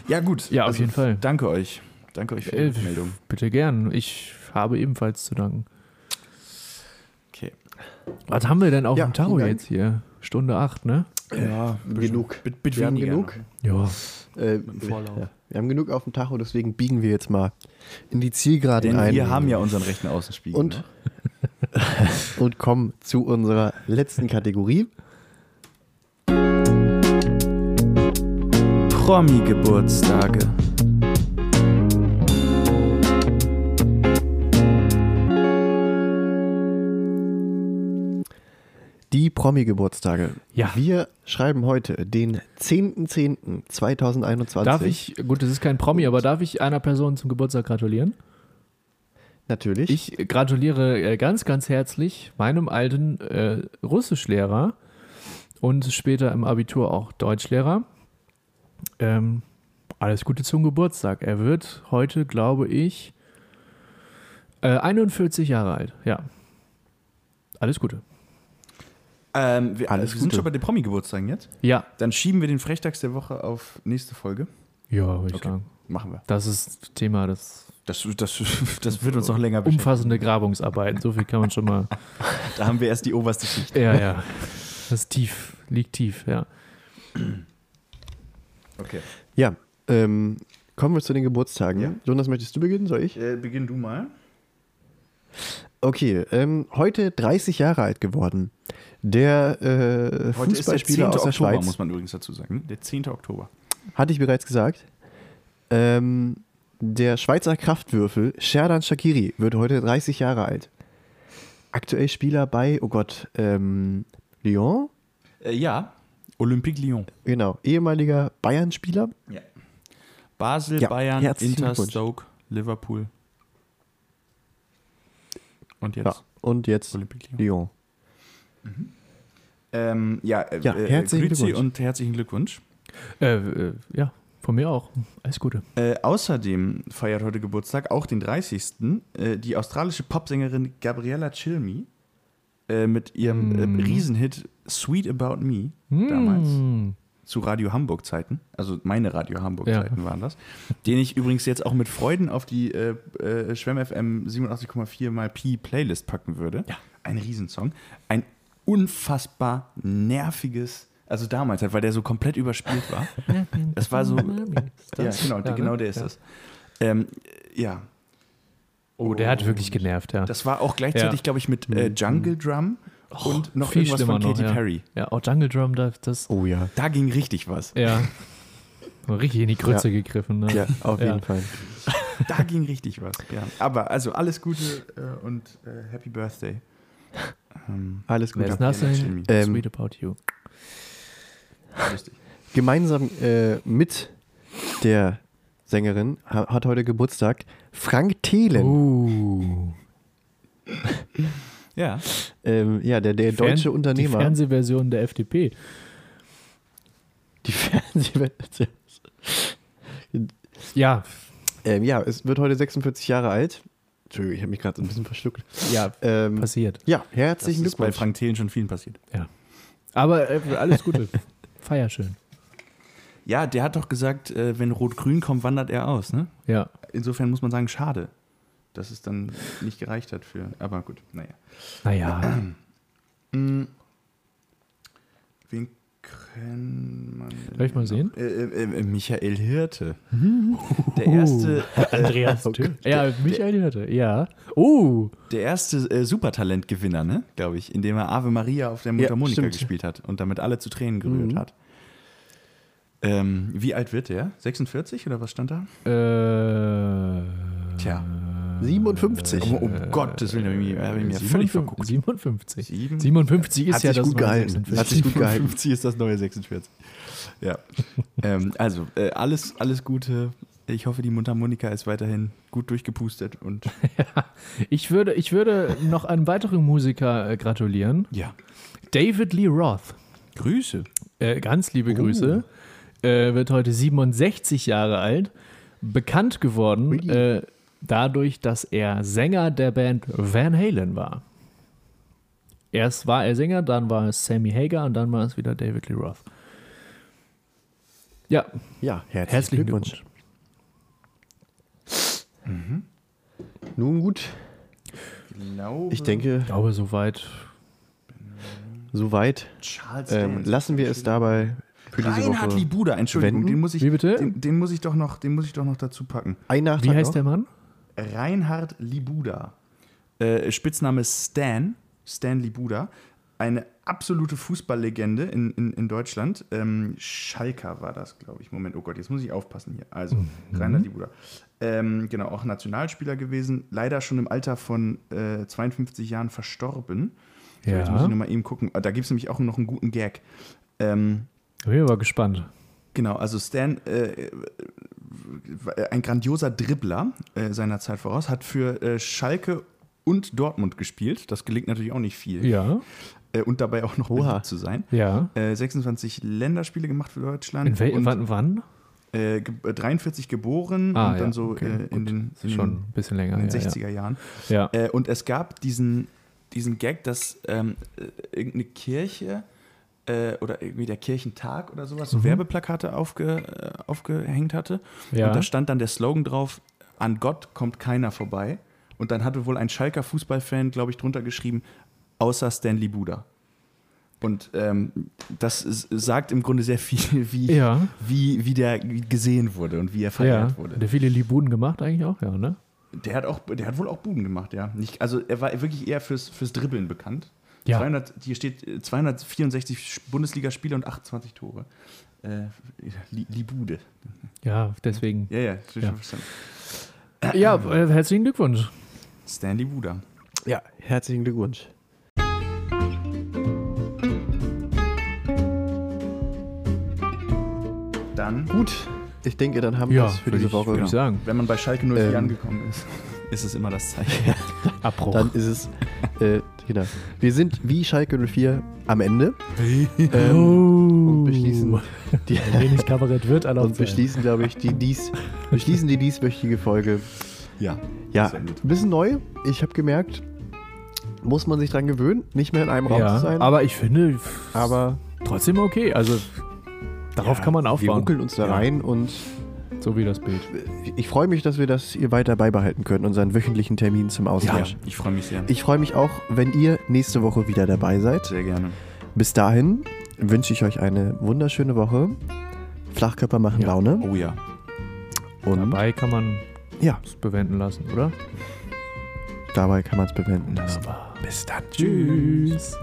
S3: Ja, gut. Also,
S2: Ja, auf jeden Fall.
S3: Danke euch. Danke euch für
S2: Äh,
S3: die Meldung.
S2: Bitte gern. Ich habe ebenfalls zu danken.
S3: Okay.
S2: Was haben wir denn auf
S1: Ja,
S2: dem Tarot
S1: vielen Dank.
S2: jetzt hier? Stunde 8, ne?
S3: Ja,
S1: genug.
S3: Bit, bit
S1: Wir haben
S3: weniger
S1: genug.
S3: noch.
S2: Ja.
S1: Äh,
S3: Mit dem Vorlauf.
S1: ja. Wir haben genug auf dem Tacho, deswegen biegen wir jetzt mal in die Zielgeraden
S3: Denn
S1: ein.
S3: wir haben ja unseren rechten Außenspiegel.
S1: Und-
S3: ne?
S1: und kommen zu unserer letzten Kategorie.
S3: Promi-Geburtstage.
S1: Die Promi-Geburtstage.
S2: Ja.
S1: Wir schreiben heute den 10.10.2021.
S2: Darf ich, gut, das ist kein Promi, aber darf ich einer Person zum Geburtstag gratulieren?
S1: Natürlich.
S2: Ich gratuliere äh, ganz, ganz herzlich meinem alten äh, Russischlehrer und später im Abitur auch Deutschlehrer. Ähm, alles Gute zum Geburtstag. Er wird heute, glaube ich, äh, 41 Jahre alt. Ja. Alles Gute.
S3: Ähm, wir,
S1: Alles
S3: wir sind
S1: Gute.
S3: schon bei den Promi-Geburtstagen jetzt.
S2: Ja.
S3: Dann schieben wir den Frechtags der Woche auf nächste Folge.
S2: Ja, würde ich
S3: Okay.
S2: sagen.
S3: Machen wir.
S2: Das ist Thema des
S3: Das, das, <laughs> das wird uns noch länger beschäftigen.
S2: umfassende Grabungsarbeiten. So viel kann man schon mal.
S3: Da haben wir erst die oberste Schicht.
S2: <laughs> Ja, ja. Das ist tief, liegt tief, ja.
S3: Okay.
S1: ja. Ähm, kommen wir zu den Geburtstagen.
S3: Ja.
S1: Jonas, möchtest du beginnen? Soll ich?
S3: Äh, beginn du mal.
S1: Okay. Ähm, heute 30 Jahre alt geworden. Der äh,
S3: Heute ist der 10.
S1: Fußballspieler aus der
S3: Oktober,
S1: Schweiz.
S3: muss man übrigens dazu sagen. ne? Der 10. Oktober.
S1: Hatte ich bereits gesagt. Ähm, der Schweizer Kraftwürfel Sherdan Shakiri wird heute 30 Jahre alt. Aktuell Spieler bei, oh Gott, ähm, Lyon?
S3: Äh, ja, Olympique Lyon.
S1: Genau, ehemaliger Bayern-Spieler.
S3: Basel,
S1: Ja,
S3: Bayern,
S1: herzlichen
S3: Inter,
S1: Glückwunsch.
S3: Stoke, Liverpool. Und jetzt
S1: Ja, und jetzt
S3: Olympique Lyon.
S1: Lyon.
S3: Ähm, ja, äh,
S1: Ja,
S3: äh,
S1: herzlichen
S3: grüezi
S1: Glückwunsch.
S3: und herzlichen Glückwunsch.
S2: Äh, äh, ja, von mir auch. Alles Gute.
S3: Äh, außerdem feiert heute Geburtstag, auch den 30. Äh, die australische Popsängerin Gabriella Chilmi äh, mit ihrem
S2: Mm.
S3: äh, Riesenhit Sweet About Me damals.
S2: Mm.
S3: zu Radio Hamburg Zeiten, also meine Radio Hamburg Zeiten waren das, den ich übrigens jetzt auch mit Freuden auf die äh, äh, Schwemm FM 87,4 mal Pi Playlist packen würde. Ein Riesensong, ein unfassbar nerviges, also damals halt, weil der so komplett überspielt war. Das war so, ja
S2: Ja,
S3: genau,
S2: ne?
S3: genau der ist
S2: Ja.
S3: das. Ähm, ja,
S2: Oh, der hat wirklich genervt, ja.
S3: das war auch gleichzeitig,
S2: Ja.
S3: glaube ich, mit äh, Jungle Drum und noch
S2: Viel
S3: irgendwas von
S2: schlimmer noch,
S3: Katy
S2: ja.
S3: Perry.
S2: Ja, auch Jungle Drum, das, das <laughs>
S1: Oh ja.
S3: Da ging richtig was.
S2: ja. Richtig in die Krütze gegriffen, ne?
S1: Ja, auf
S2: Ja.
S1: jeden Fall.
S3: Da ging richtig was. Ja. Aber also alles Gute äh, und äh, Happy Birthday. Ähm,
S1: Alles
S2: Wer
S1: Gute.
S2: ist das denn?
S3: Jimmy.
S1: Ähm,
S2: Sweet about you.
S3: lustig.
S1: Gemeinsam äh, mit der Sängerin ha hat heute Geburtstag Frank Thelen.
S2: Uh,
S3: Ja.
S1: Ähm, ja, der, der
S2: Fern-
S1: deutsche Unternehmer.
S2: Die Fernsehversion der FDP.
S1: die <laughs> Fernseh
S2: Ja,
S1: ähm, ja, es wird heute 46 Jahre alt. Entschuldigung, ich habe mich gerade ein bisschen verschluckt.
S2: ja,
S1: Ähm,
S2: passiert.
S1: ja,
S3: Das
S1: herzlichen
S3: ist bei
S1: Glückwunsch.
S3: Frank Thelen schon vielen passiert.
S2: Aber äh, alles
S3: <laughs>
S2: Gute. Feier schön.
S3: Ja, der hat doch gesagt, äh, wenn Rot-Grün kommt, wandert er aus. Ne?
S2: Ja.
S3: Insofern muss man sagen, schade, dass es dann nicht gereicht hat für. Aber gut, naja.
S2: Naja.
S3: Mm. Wen Kann man denn
S2: Darf ich mal sehen? Mhm.
S3: Äh, äh, äh, Michael Hirte. Der erste,
S2: Oh. <laughs> Andreas Ja, Michael Hirte, ja. Oh,
S3: der erste äh, Supertalentgewinner, ne? glaube ich, indem er Ave Maria auf der Mundharmonika
S1: stimmt.
S3: gespielt hat und damit alle zu Tränen gerührt
S2: Mhm.
S3: hat. Ähm, wie alt wird der? 46 oder was stand da?
S2: äh,
S3: Tja.
S1: 57.
S3: Um, um Gottes Willen, da habe ich mich- da habe ich mich ja völlig verguckt.
S2: 57.
S3: Sieben-
S2: 57 ist
S1: Hat
S2: ja
S1: sich
S2: das
S1: gut
S2: neue
S1: gehalten.
S2: 56.
S1: Hat
S2: <laughs>
S1: sich gut gehalten.
S3: 57 ist das neue 46. Ja. ähm, also, äh, alles, alles Gute. Ich hoffe, die Mundharmonika ist weiterhin gut durchgepustet und
S2: Ich würde, ich würde noch einem weiteren Musiker äh, gratulieren.
S3: ja.
S2: David Lee Roth.
S3: Grüße.
S2: Äh, ganz liebe
S3: Oh.
S2: Grüße. Äh, wird heute 67 Jahre alt. Bekannt geworden äh, dadurch, dass er Sänger der Band Van Halen war. Erst war er Sänger, dann war es Sammy Hager und dann war es wieder David Lee Roth. Ja,
S1: Ja, herzlichen,
S2: herzlichen
S1: Glückwunsch.
S2: Glückwunsch.
S1: Nun gut,
S3: Genau.
S1: ich denke,
S2: Ich glaube, soweit.
S1: soweit
S3: Charles
S1: ähm,
S3: Dance.
S1: lassen wir es dabei für diese
S3: Reinhard
S1: Woche.
S3: Libuda, Entschuldigung,
S1: wenden.
S3: den muss ich
S2: Wie bitte?
S3: Den, den muss ich doch noch, den muss ich doch noch dazu packen.
S1: Ein Nachtrag
S2: Wie heißt
S1: noch.
S2: der Mann?
S3: Reinhard Libuda. Äh, Spitzname Stan, Stan Libuda. Eine absolute Fußballlegende in, in, in Deutschland. Ähm, Schalker war das, glaube ich. Moment, oh Gott, jetzt muss ich aufpassen hier. Also,
S1: Mhm.
S3: Reinhard Libuda. Ähm, genau, auch Nationalspieler gewesen. Leider schon im Alter von äh, 52 Jahren verstorben. So, Jetzt muss ich nochmal eben gucken. Ah, Da gibt es nämlich auch noch einen guten Gag. Ähm,
S2: Bin aber gespannt.
S3: Genau, also Stan, äh, äh, ein grandioser Dribbler äh, seiner Zeit voraus, hat für äh, Schalke und Dortmund gespielt. Das gelingt natürlich auch nicht viel.
S2: Ja,
S3: Äh, und dabei auch noch
S1: Oha.
S3: beliebt zu sein.
S2: ja.
S3: Äh, 26 Länderspiele gemacht für Deutschland.
S2: In wel-
S3: und,
S2: wann, wann?
S3: äh, ge- äh, 43 geboren
S2: Ah,
S3: und dann
S2: ja,
S3: so
S2: okay,
S3: äh, in
S2: gut.
S3: den, in
S2: Schon
S3: den,
S2: ein bisschen länger.
S3: in den
S2: her,
S3: 60er Jahren.
S2: Ja.
S3: Äh, und es gab diesen, diesen Gag, dass ähm, äh, irgendeine Kirche äh, oder irgendwie der Kirchentag oder sowas
S2: Mhm.
S3: so Werbeplakate aufge, äh, aufgehängt hatte.
S2: Ja.
S3: Und da stand dann der Slogan drauf: An Gott kommt keiner vorbei. Und dann hatte wohl ein Schalker Fußballfan, glaube ich, drunter geschrieben: Außer Stanley Buda. Und ähm, das ist, sagt im Grunde sehr viel, wie,
S2: Ja.
S3: wie, wie der gesehen wurde und wie er verehrt
S2: ja.
S3: wurde.
S2: Der viele Libuden gemacht eigentlich auch, ja, ne?
S3: Der hat, auch, der hat wohl auch Buden gemacht, ja. Nicht, also er war wirklich eher fürs, fürs Dribbeln bekannt.
S2: Ja.
S3: 200, hier steht äh, 264 Bundesligaspiele und 28 Tore. Äh, Li- Libude.
S2: Ja, deswegen.
S3: Ja, ja, schon
S2: Ja.
S3: verstanden.
S2: Ja, äh, herzlichen Glückwunsch.
S3: Stanley Buda.
S1: Ja, herzlichen Glückwunsch.
S3: Dann,
S1: Gut, ich denke, dann haben
S2: Ja,
S1: wir es für diese Woche.
S2: Würde ich sagen.
S3: wenn man bei Schalke 04
S1: Ähm.
S3: angekommen ist, <laughs> ist es immer das Zeichen.
S2: Abbruch.
S1: <laughs> Dann ist es, äh, genau. Wir sind wie Schalke 04 am Ende ähm, und
S2: Uh.
S1: beschließen die,
S2: Oh. <laughs> Wenig Kabarett wird erlaubt.
S1: und beschließen, glaube ich, die dies, beschließen die dieswöchige Folge.
S3: Ja.
S1: Ja,
S3: Sehr
S1: ein
S3: gut.
S1: bisschen neu. Ich habe gemerkt, muss man sich dran gewöhnen, nicht mehr in einem Raum zu
S2: ja,
S1: sein.
S2: aber ich finde
S1: aber
S2: trotzdem okay. Also darauf
S1: ja,
S2: kann man
S1: wir
S2: aufbauen.
S1: ruckeln uns da
S2: Ja.
S1: rein Hm? und
S2: So wie das Bild.
S1: ich freue mich, dass wir das ihr weiter beibehalten können, unseren wöchentlichen Termin zum
S3: Ja,
S1: Austausch.
S3: ich freue mich sehr.
S1: Ich freue mich auch, wenn ihr nächste Woche wieder dabei seid.
S3: Sehr gerne.
S1: Bis dahin wünsche ich euch eine wunderschöne Woche. Flachkörper machen
S2: Ja. Oh,
S1: Laune.
S3: Oh ja.
S1: Und
S2: Dabei kann man
S1: ja,
S2: es bewenden lassen, oder? Genau.
S1: dabei kann man es bewenden lassen.
S2: Aber
S1: Bis dann.
S2: tschüss.